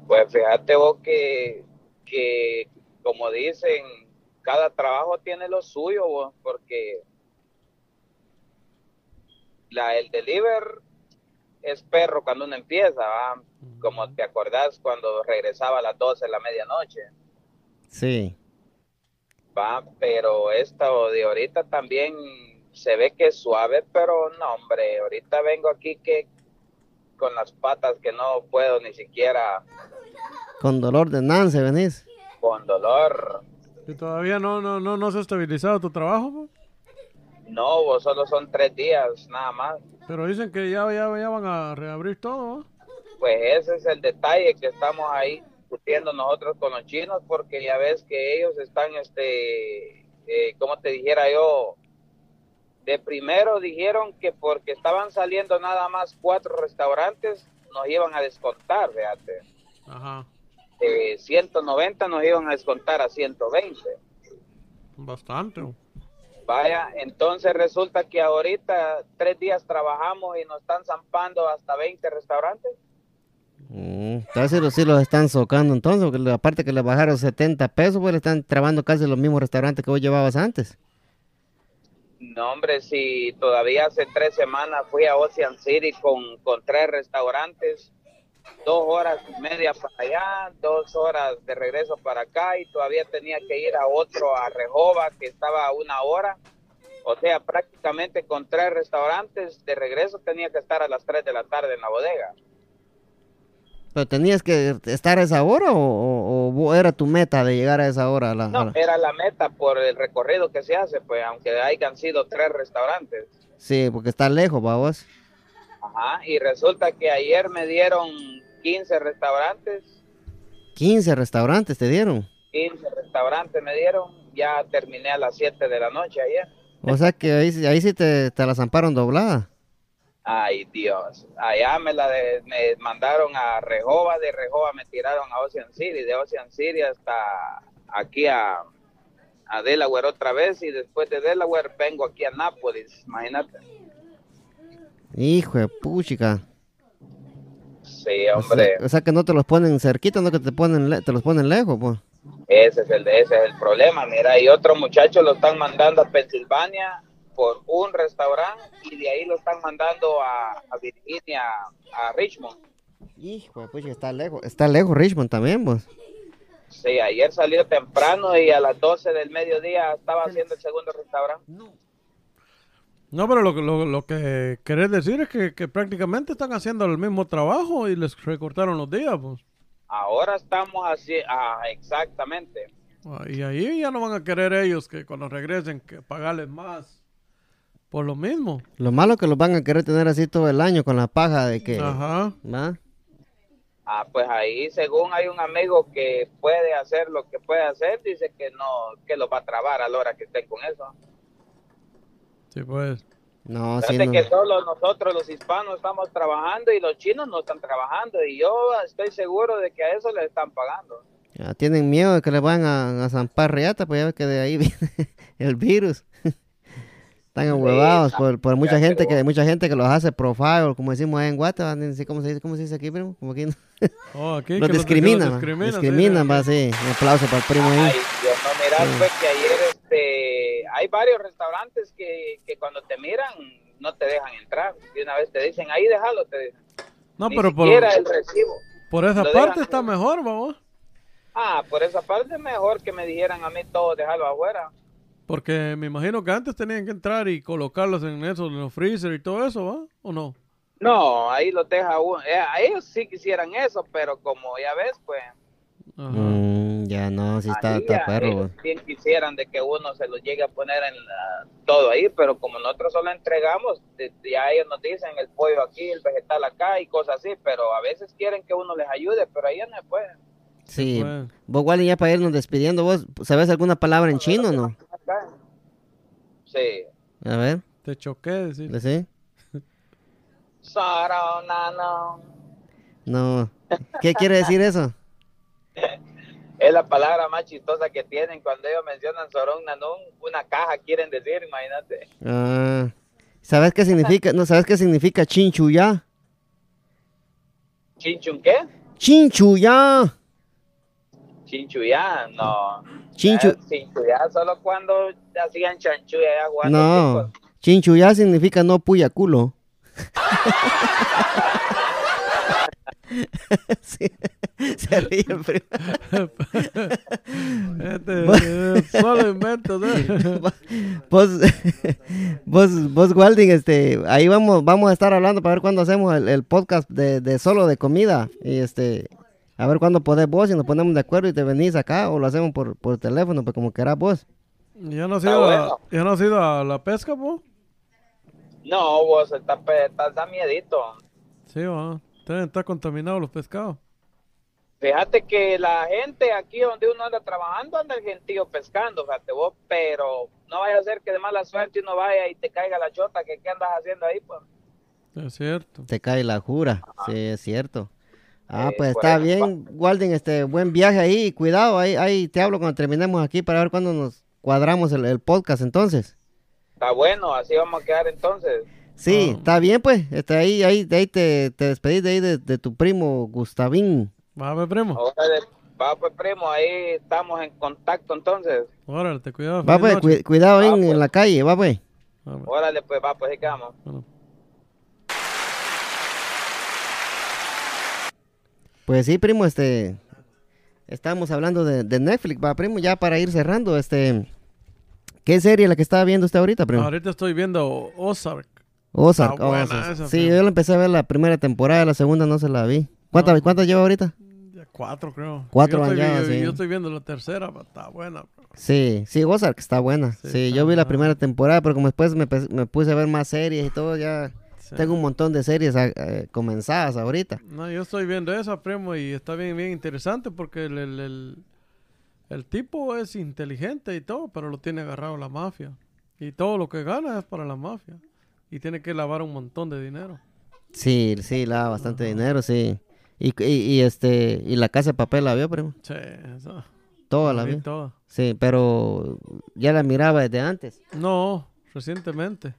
F: Pues fíjate vos que, que, como dicen, cada trabajo tiene lo suyo, vos, porque la, el deliver es perro cuando uno empieza, ¿va? como te acordás cuando regresaba a las 12 de la medianoche,
A: Sí.
F: ¿va? pero esto de ahorita también se ve que es suave, pero no, hombre, ahorita vengo aquí que con las patas que no puedo ni siquiera
A: Con dolor de nance venís.
F: con dolor.
B: ¿Y todavía no, no, no, no se ha estabilizado tu trabajo? pues. po?
F: No, vos solo son tres días, nada más.
B: Pero dicen que ya, ya, ya van a reabrir todo. ¿no?
F: Pues ese es el detalle que estamos ahí discutiendo nosotros con los chinos, porque ya ves que ellos están, este, eh, como te dijera yo, de primero dijeron que porque estaban saliendo nada más cuatro restaurantes, nos iban a descontar, fíjate.
B: Ajá.
F: De 190 nos iban a descontar a 120.
B: Bastante. po.
F: Vaya, entonces resulta que ahorita tres días trabajamos y nos están zampando hasta 20 restaurantes.
A: Mm, Casi los sí los están socando entonces, porque le- aparte que le bajaron 70 pesos, pues le están trabando casi los mismos restaurantes que vos llevabas antes.
F: No, hombre, si todavía hace tres semanas fui a Ocean City con, con tres restaurantes, dos horas y media para allá, dos horas de regreso para acá y todavía tenía que ir a otro, a Rejova, que estaba a una hora. O sea, prácticamente con tres restaurantes de regreso tenía que estar a las tres de la tarde en la bodega.
A: ¿Pero tenías que estar a esa hora o, o- o vo- era tu meta de llegar a esa hora? a la- a
F: No, eh.
A: la-
F: era la meta por el recorrido que se hace, pues, aunque hayan sido tres restaurantes.
A: Sí, porque está lejos, va vos.
F: Ajá, y resulta que ayer me dieron 15 restaurantes,
A: 15 restaurantes te dieron.
F: 15 restaurantes me dieron, ya terminé a las 7 de la noche ayer.
A: O sea que ahí, sí- ahí sí te, te la zamparon doblada.
F: Ay, Dios, allá me la de- me mandaron a Rejova, de Rejova me tiraron a Ocean City, de Ocean City hasta aquí a, a Delaware otra vez y después de Delaware vengo aquí a Nápoles, imagínate.
A: Hijo de puchica.
F: Sí,
A: O sea,
F: hombre.
A: o sea que no te los ponen cerquita, no que te, ponen le- te los ponen lejos, pues.
F: Ese es el, ese es el problema, mira, y otro muchacho lo están mandando a Pensilvania por un restaurante y de ahí lo están mandando a, a Virginia, a Richmond.
A: Hijo de pucha, está lejos. Está lejos Richmond también, pues. vos.
F: Sí, ayer salió temprano y a las 12 del mediodía estaba haciendo el segundo restaurante.
B: No, pero lo, que- lo, lo que querés decir es que, que prácticamente están haciendo el mismo trabajo y les recortaron los días. Pues.
F: Ahora estamos así, ah, exactamente.
B: Ah, Y ahí ya no van a querer ellos que cuando regresen que pagarles más por lo mismo.
A: Lo malo que los van a querer tener así todo el año con la paja de que...
B: Ajá.
A: ¿va?
F: Ah, pues ahí, según hay un amigo que puede hacer lo que puede hacer, dice que no, que lo va a trabar a la hora que esté con eso.
B: Sí, pues.
A: No, sí,
F: Fíjate
A: no.
F: que solo nosotros los hispanos estamos trabajando y los chinos no están trabajando y yo estoy seguro de que a eso le están pagando.
A: Ya tienen miedo de que le van a, a zampar reata, pues ya ves que de ahí <laughs> viene el virus. Están ahuevados por, por mucha
F: ya,
A: gente
F: pero-
A: que mucha gente que los hace profile, como decimos ahí en Guate, ¿va? Ni sé ¿cómo se dice? ¿Cómo se dice aquí, primo? Como aquí no-
B: Oh, aquí
A: los
B: que
A: discriminan,
B: los
A: va.
B: discriminan, sí,
A: discriminan,
B: sí.
A: va, sí. Un aplauso para el primo ahí.
F: Ay, Dios, no, mira, pues que ayer este, hay varios restaurantes que, que cuando te miran no te dejan entrar. Y una vez te dicen, ahí déjalo, te dicen.
B: No,
F: Ni
B: pero por,
F: siquiera el recibo.
B: por esa
F: lo
B: parte
F: dejan-
B: está mejor, vamos.
F: Ah, por esa parte mejor que me dijeran a mí todo, déjalo afuera.
B: Porque me imagino que antes tenían que entrar y colocarlos en eso, en los freezer y todo eso, ¿va? ¿O no?
F: No, ahí lo deja uno. Eh, a ellos sí quisieran eso, pero como ya ves, pues...
B: Ajá.
A: Mm, ya no, sí está,
F: Ahí,
A: está
F: a-
A: perro,
F: ellos
A: va.
F: bien quisieran de que uno se lo llegue a poner en la- todo ahí, pero como nosotros solo entregamos, de- ya ellos nos dicen el pollo aquí, el vegetal acá y cosas así, pero a veces quieren que uno les ayude, pero pues. ellos no pueden.
A: Sí.
B: Pues,
A: Vos, Wally, ya para irnos despidiendo, ¿vos sabés alguna palabra en chino o no?
F: Acá. Sí.
A: A ver, pues
B: te choqué, decir.
A: ¿sí?
F: Sara, no, no.
A: No. ¿Qué quiere decir eso?
F: Es la palabra más chistosa que tienen cuando ellos mencionan Sorón Nanón, una caja quieren decir, imagínate.
A: Ah, ¿Sabes qué significa? No, ¿sabes qué significa chinchuyá?
F: ¿Chinchun qué?
A: ¡Chinchuyá!
F: Chinchuyá, no.
A: Chinchu...
F: Eh, Chinchuyá, solo cuando hacían chanchuya allá jugando. chicos.
A: No, chinchuyá significa no puya culo. <laughs> Sí, <laughs> se ríe, primo. <laughs>
B: <laughs> Este, eh, solo ¿eh? invento, ¿no?
A: Vos, vos, vos, Walding, este, ahí vamos, vamos a estar hablando para ver cuándo hacemos el, el podcast de, de solo de comida. Y este, a ver cuándo podés vos, si nos ponemos de acuerdo y te venís acá o lo hacemos por, por teléfono, pues como querás vos.
B: ¿Ya no has
F: Está
B: ido, a, la-
F: bueno.
B: ya no has ido a la pesca, po?
F: No, vos, estás está, da miedito.
B: Sí, va. Están está contaminados los pescados.
F: Fíjate que la gente aquí donde uno anda trabajando anda el gentío pescando, fíjate vos, pero no vaya a ser que de mala suerte uno vaya y te caiga la chota, que qué andas haciendo ahí, pues.
B: Es cierto.
A: Te cae la jura, sí, es cierto. Ah,
F: Eh,
A: pues
F: por
A: está
F: eso,
A: bien, Walden, este, buen viaje ahí, y cuidado, ahí, ahí te hablo cuando terminemos aquí para ver cuándo nos cuadramos el, el podcast entonces.
F: Está bueno, así vamos a quedar entonces.
A: Sí,
B: Ah.
A: está bien pues, este, ahí, ahí, de ahí te, te despedís de ahí de, de tu primo Gustavín.
B: Va, ve, primo.
F: Órale, va pues primo, ahí estamos en contacto entonces.
B: Órale, te cuidado.
A: Va pues,
B: feliz noche.
A: cui- cuidado
F: Ah,
A: en, en
F: pues.
A: la calle, va pues.
B: Ah, bueno.
F: Órale, pues va, pues ahí quedamos.
B: Bueno.
A: Pues sí, primo, este, estábamos hablando de, de Netflix, va primo, ya para ir cerrando, este, ¿qué serie es la que estaba viendo usted ahorita, primo?
B: Ahorita estoy viendo Ozark.
A: Ozark,
B: Ah, Está buena
A: Ozark.
B: esa,
A: Sí,
B: fíjate.
A: yo la empecé a ver la primera temporada, la segunda no se la vi. ¿Cuántas cuántas lleva ahorita?
B: Ya Cuatro, creo.
A: Cuatro
B: yo estoy,
A: van ya,
B: yo,
A: sí.
B: yo estoy viendo la tercera, pero está buena. bro.
A: Sí, sí, Ozark está buena. Sí,
B: Sí, está
A: yo vi la
B: buena.
A: primera temporada, pero como después me, pe- me puse a ver más series y todo, ya
B: Sí.
A: tengo un montón de series ah, eh, comenzadas ahorita.
B: No, yo estoy viendo esa, primo, y está bien, bien interesante porque el, el, el- el tipo es inteligente y todo, pero lo tiene agarrado la mafia. Y todo lo que gana es para la mafia. Y tiene que lavar un montón de dinero.
A: Sí, sí, la bastante dinero, sí. Y, y, y, este, y la casa de papel la vio, primo.
B: Sí, esa.
A: Toda la
B: la vi
A: vio.
B: toda.
A: Sí, pero ya la miraba desde antes.
B: No, recientemente.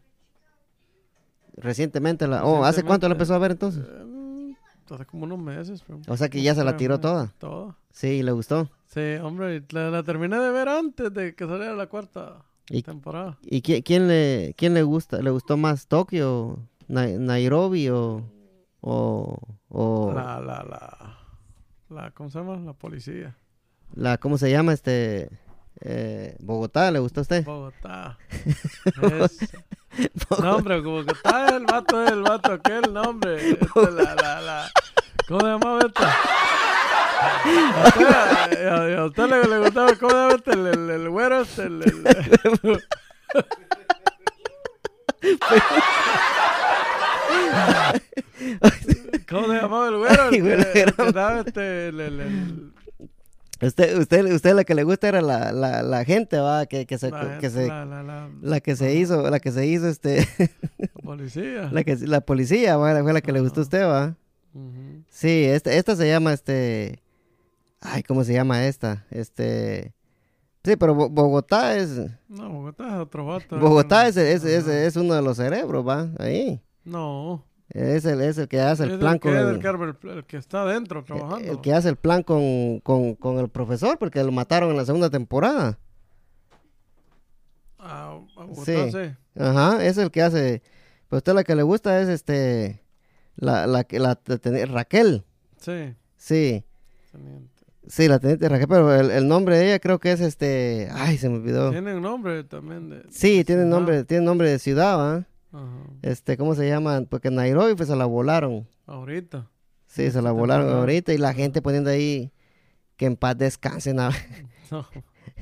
A: Recientemente la. Oh, ¿hace cuánto la
B: Recientemente.
A: empezó a ver entonces?
B: Eh, hace como unos meses. primo.
A: O sea que ya se la
B: Tres
A: tiró
B: meses.
A: toda.
B: Toda.
A: Sí, le gustó.
B: Sí, hombre, la, la terminé de ver antes de que saliera la cuarta
A: ¿Y
B: temporada.
A: ¿Y qui- quién le, quién le gusta? ¿Le gustó más Tokio, Nai- Nairobi o, o, o la.
B: La, la, la, la, ¿cómo se llama? La policía.
A: cómo se llama este eh, Bogotá? ¿Le gustó a usted? <laughs>
B: Bogotá. Es- No, hombre, Bogotá es el vato, es este, el vato aquel, no, hombre. Esta, la, la, la. ¿Cómo se llamaba esta? A usted, a- a- a este? usted le, le gustaba, ¿cómo se llama este? El, el, el güero este, el- el- ¿Cómo se llamaba el güero? El,
A: Ay, güero,
B: que- el que
A: güero.
B: daba este, el- el- el-
A: Usted, usted, usted la que le gusta era la, la, la gente, va, que, que se,
B: la
A: que
B: gente,
A: se,
B: la- la- la
A: la que se hizo, la que se hizo, este, <laughs>
B: policía.
A: la que, la policía, va, fue la que le gustó a usted, va.
B: Ujú.
A: Sí, esta, esta se llama, este, ay, ¿cómo se llama esta? Este, sí, pero Bo- Bogotá es,
B: No, Bogotá es otro vato. eh.
A: Bogotá es, es, es-
B: Ajá.
A: es uno de los cerebros, va, ahí.
B: No.
A: Es el, es el que hace el
B: es
A: plan
B: el que,
A: con
B: es
A: el-
B: el que arma el- el que está adentro trabajando.
A: el que hace el plan con, con, con el profesor, porque lo mataron en la segunda temporada.
B: Ah, a Bogotá,
A: Sí.
B: sí.
A: Ajá, es el que hace. Pero usted la que le gusta es este. La, la, que- la, la teni- Raquel.
B: Sí.
A: Sí,
B: teniente.
A: sí, la teniente Raquel, pero el, el nombre de ella creo que es este. Ay, se me olvidó.
B: Tienen nombre también de...
A: Sí, tiene
B: Ajá.
A: nombre, tiene nombre de ciudad, ¿va?
B: Ajá.
A: Este, ¿cómo se llama? Porque en Nairobi pues se la volaron.
B: Ahorita. <laughs>
A: Sí, se la
B: esta
A: volaron
B: temporada.
A: ahorita y la gente poniendo ahí que en paz descansen, a-
B: No,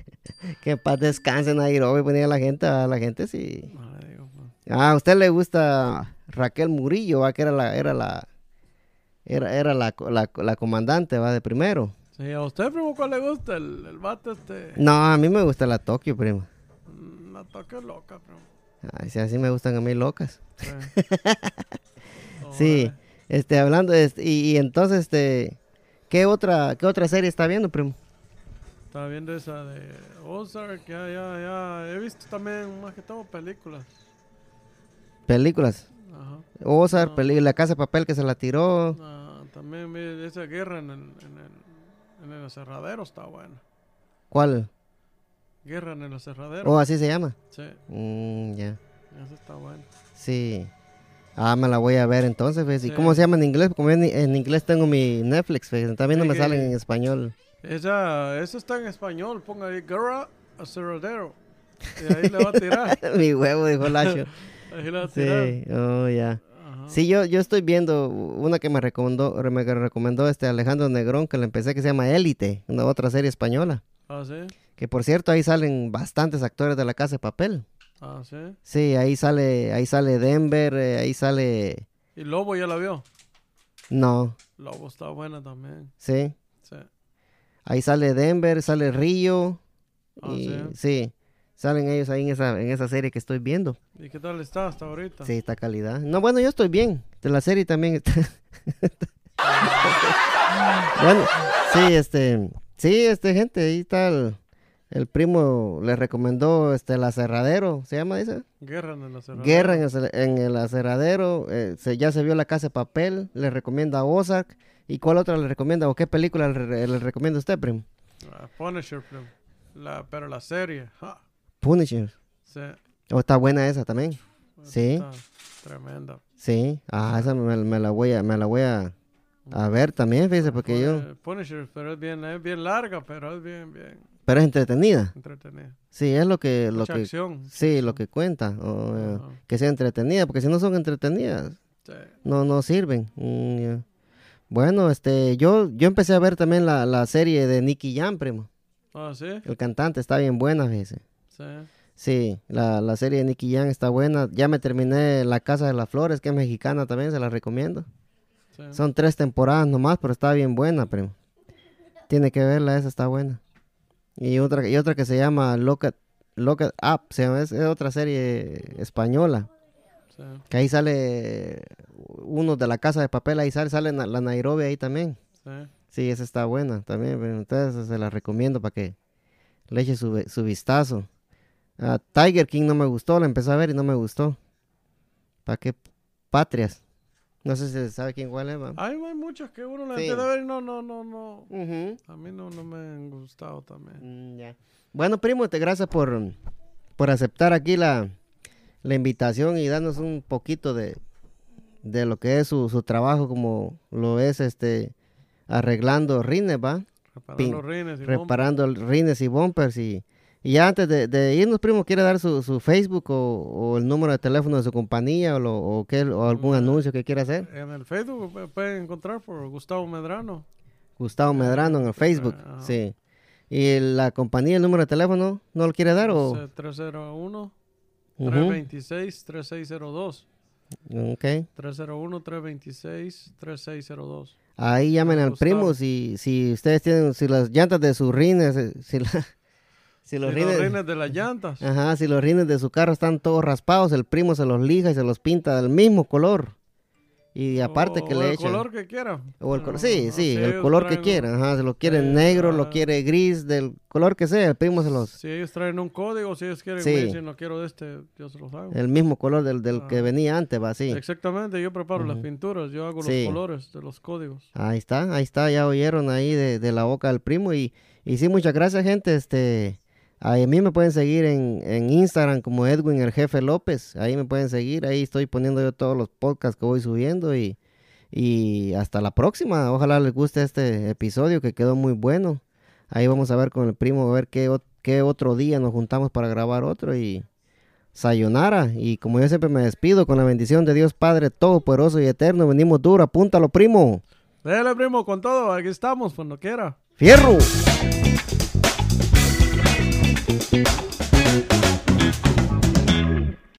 A: <laughs> que en paz descansen Nairobi, ponía la gente, a la gente sí.
B: no le digo. pues.
A: Ah, a usted le gusta Raquel Murillo, va, que era la, era la, era, era la, co- la, la comandante, va, de primero.
B: Sí, a usted, primo, ¿cuál le gusta? El, el vato este...
A: No, a mí me gusta la Tokio, prima.
B: No toque loca, primo.
A: Ay, si así me gustan a mí locas.
B: Sí.
A: Sí,
B: Órale.
A: este, hablando, de este- y, y entonces, este, ¿qué otra, qué otra serie está viendo, primo?
B: Estaba viendo esa de Ozark, ya, ya, ya. He visto también, más que todo, películas.
A: Películas.
B: Ajá.
A: Ozark, peli- La Casa de Papel que se la tiró.
B: Ah, también vi esa guerra en el, en el, en el aserradero está buena.
A: ¿Cuál?
B: Guerra en el aserradero.
A: Oh, así se llama.
B: Sí,
A: Mm, ya,
B: esa está buena.
A: sí. Ah, me la voy a ver entonces, ¿ves? ¿Y
B: Sí.
A: cómo se llama en inglés? Porque como en, en inglés tengo mi Netflix, ¿ves? También no
B: Sí,
A: me
B: que-
A: salen en español. <laughs>
B: Esa, esa está en español, ponga ahí guerra aserradero. Y ahí le va a tirar.
A: <laughs> mi huevo,
B: <laughs>
A: dijo Lacho.
B: Ahí le va a tirar.
A: Sí, oh, ya.
B: Ajá.
A: Sí, yo, yo estoy viendo una que me recomendó, me recomendó este Alejandro Negrón, que la empecé, que se llama Élite, una otra serie española.
B: Ah, sí.
A: Que por cierto, ahí salen bastantes actores de la Casa de Papel.
B: Ah, sí.
A: Sí, ahí sale, ahí sale Denver, eh, ahí sale...
B: Y Lobo ya la vio.
A: No,
B: Lobo está buena también.
A: sí.
B: Sí.
A: Ahí sale Denver, sale Río.
B: Ah,
A: y-
B: ¿sí?
A: sí. Salen ellos ahí en esa, en esa serie que estoy viendo.
B: ¿Y qué tal está hasta ahorita?
A: Sí, está calidad. No, bueno, yo estoy bien. De la serie también está. <laughs> bueno, sí, este. Sí, este, gente, ahí está el, el primo. Le recomendó este, el aserradero. ¿Se llama esa?
B: Guerra en el aserradero.
A: Guerra en el, aser- en el aserradero. eh, se- ya se vio la casa de papel. Le recomienda Ozark. ¿Y cuál otra le recomienda o qué película le, re- le recomienda a usted, primo?
B: Ah, Punisher, primo. La, pero la serie. ja.
A: Punisher.
B: Sí.
A: ¿O está buena esa también? Sí.
B: Está tremenda.
A: Sí, ah, esa me, me la voy a, me la voy a, a ver también, fíjese, porque yo,
B: Pone- Pues, Punisher, pero es bien, es bien larga, pero es bien, bien
A: pero es entretenida.
B: entretenida.
A: Sí, es lo que, lo
B: Mucha
A: que,
B: acción.
A: sí, lo que cuenta, o, eh,
B: Ajá.
A: que sea entretenida, porque si no son entretenidas,
B: Sí.
A: no, no sirven. Mm, ya. Bueno, este, yo, yo empecé a ver también la, la serie de Nicky Jam, primo.
B: Ah, sí,
A: El cantante está bien buena, fíjese.
B: sí.
A: Sí, la, la serie de Nicky Jam está buena. Ya me terminé La Casa de las Flores, que es mexicana también, se la recomiendo.
B: sí.
A: Son tres temporadas nomás, pero está bien buena, primo. Tiene que verla, esa está buena. Y otra, y otra que se llama Look It- Look It Up, se llama, es, es otra serie española.
B: sí.
A: Que ahí sale uno de la casa de papel, ahí sale, sale na- la Nairobi ahí también.
B: sí.
A: Sí, esa está buena también, pero entonces se la recomiendo para que le eche su, ve- su vistazo. Ah, Tiger King no me gustó, la empecé a ver y no me gustó. ¿Para qué patrias? No sé si se sabe quién cuál es, va.
B: Hay, hay muchas que uno la
A: Sí.
B: empieza a ver y no, no, no, no.
A: Ujú.
B: A mí no, no me han gustado también.
A: Mm, ya. Bueno, primo, te gracias por, por aceptar aquí la, la invitación y darnos un poquito de, de lo que es su, su trabajo, como lo es este arreglando rines, ¿va?
B: Reparar
A: Pin-
B: los rines y
A: Reparando el- rines y bumpers. Y, y ya antes de, de irnos, primo, ¿quiere dar su, su Facebook o, o el número de teléfono de su compañía o, lo- o qué- o algún anuncio que quiera hacer?
B: bomba. En el Facebook me pueden encontrar por Gustavo Medrano.
A: Gustavo Medrano en el Facebook.
B: Ajá.
A: Sí. ¿Y la compañía, el número de teléfono, no lo quiere dar o...?
B: 301
A: Ujú.
B: 326 3602.
A: Ok.
B: 301 326 3602.
A: Ahí llamen al
B: Gustavo.
A: primo si, si ustedes tienen, si las llantas de sus rines, eh, si, la- <laughs> si los
B: Y
A: rines...
B: los rines de las llantas.
A: Ajá, si los rines de su carro están todos raspados, el primo se los lija y se los pinta del mismo color. Y aparte
B: O-
A: que
B: o
A: le
B: el
A: echa...
B: color que quiera.
A: O el color,
B: No,
A: sí,
B: no,
A: sí, el
B: ellos
A: color que
B: traen-
A: quiera. Ajá, se lo quiere
B: Sí,
A: negro, lo
B: ajá.
A: quiere gris, del color que sea, el primo se los...
B: Si ellos traen un código, si ellos quieren,
A: Sí.
B: "Mire, si no quiero de este, yo se los hago.
A: El mismo color del, del que venía antes, va así.
B: Exactamente, yo preparo las pinturas, yo hago
A: Sí.
B: los colores de los códigos.
A: Ahí está, ahí está, ya oyeron ahí de, de la boca del primo. Y, y sí, muchas gracias, gente. Este, a mí me pueden seguir en, en Instagram como Edwin el Jefe López. Ahí me pueden seguir, ahí estoy poniendo yo todos los podcasts que voy subiendo. Y, y hasta la próxima. Ojalá les guste este episodio que quedó muy bueno. Ahí vamos a ver con el primo, a ver qué, ot- qué otro día nos juntamos para grabar otro. Y sayonara. Y como yo siempre me despido, con la bendición de Dios Padre Todopoderoso y Eterno, venimos duro. Apúntalo, primo.
B: Dele, primo, con todo, aquí estamos, cuando quiera.
A: Fierro.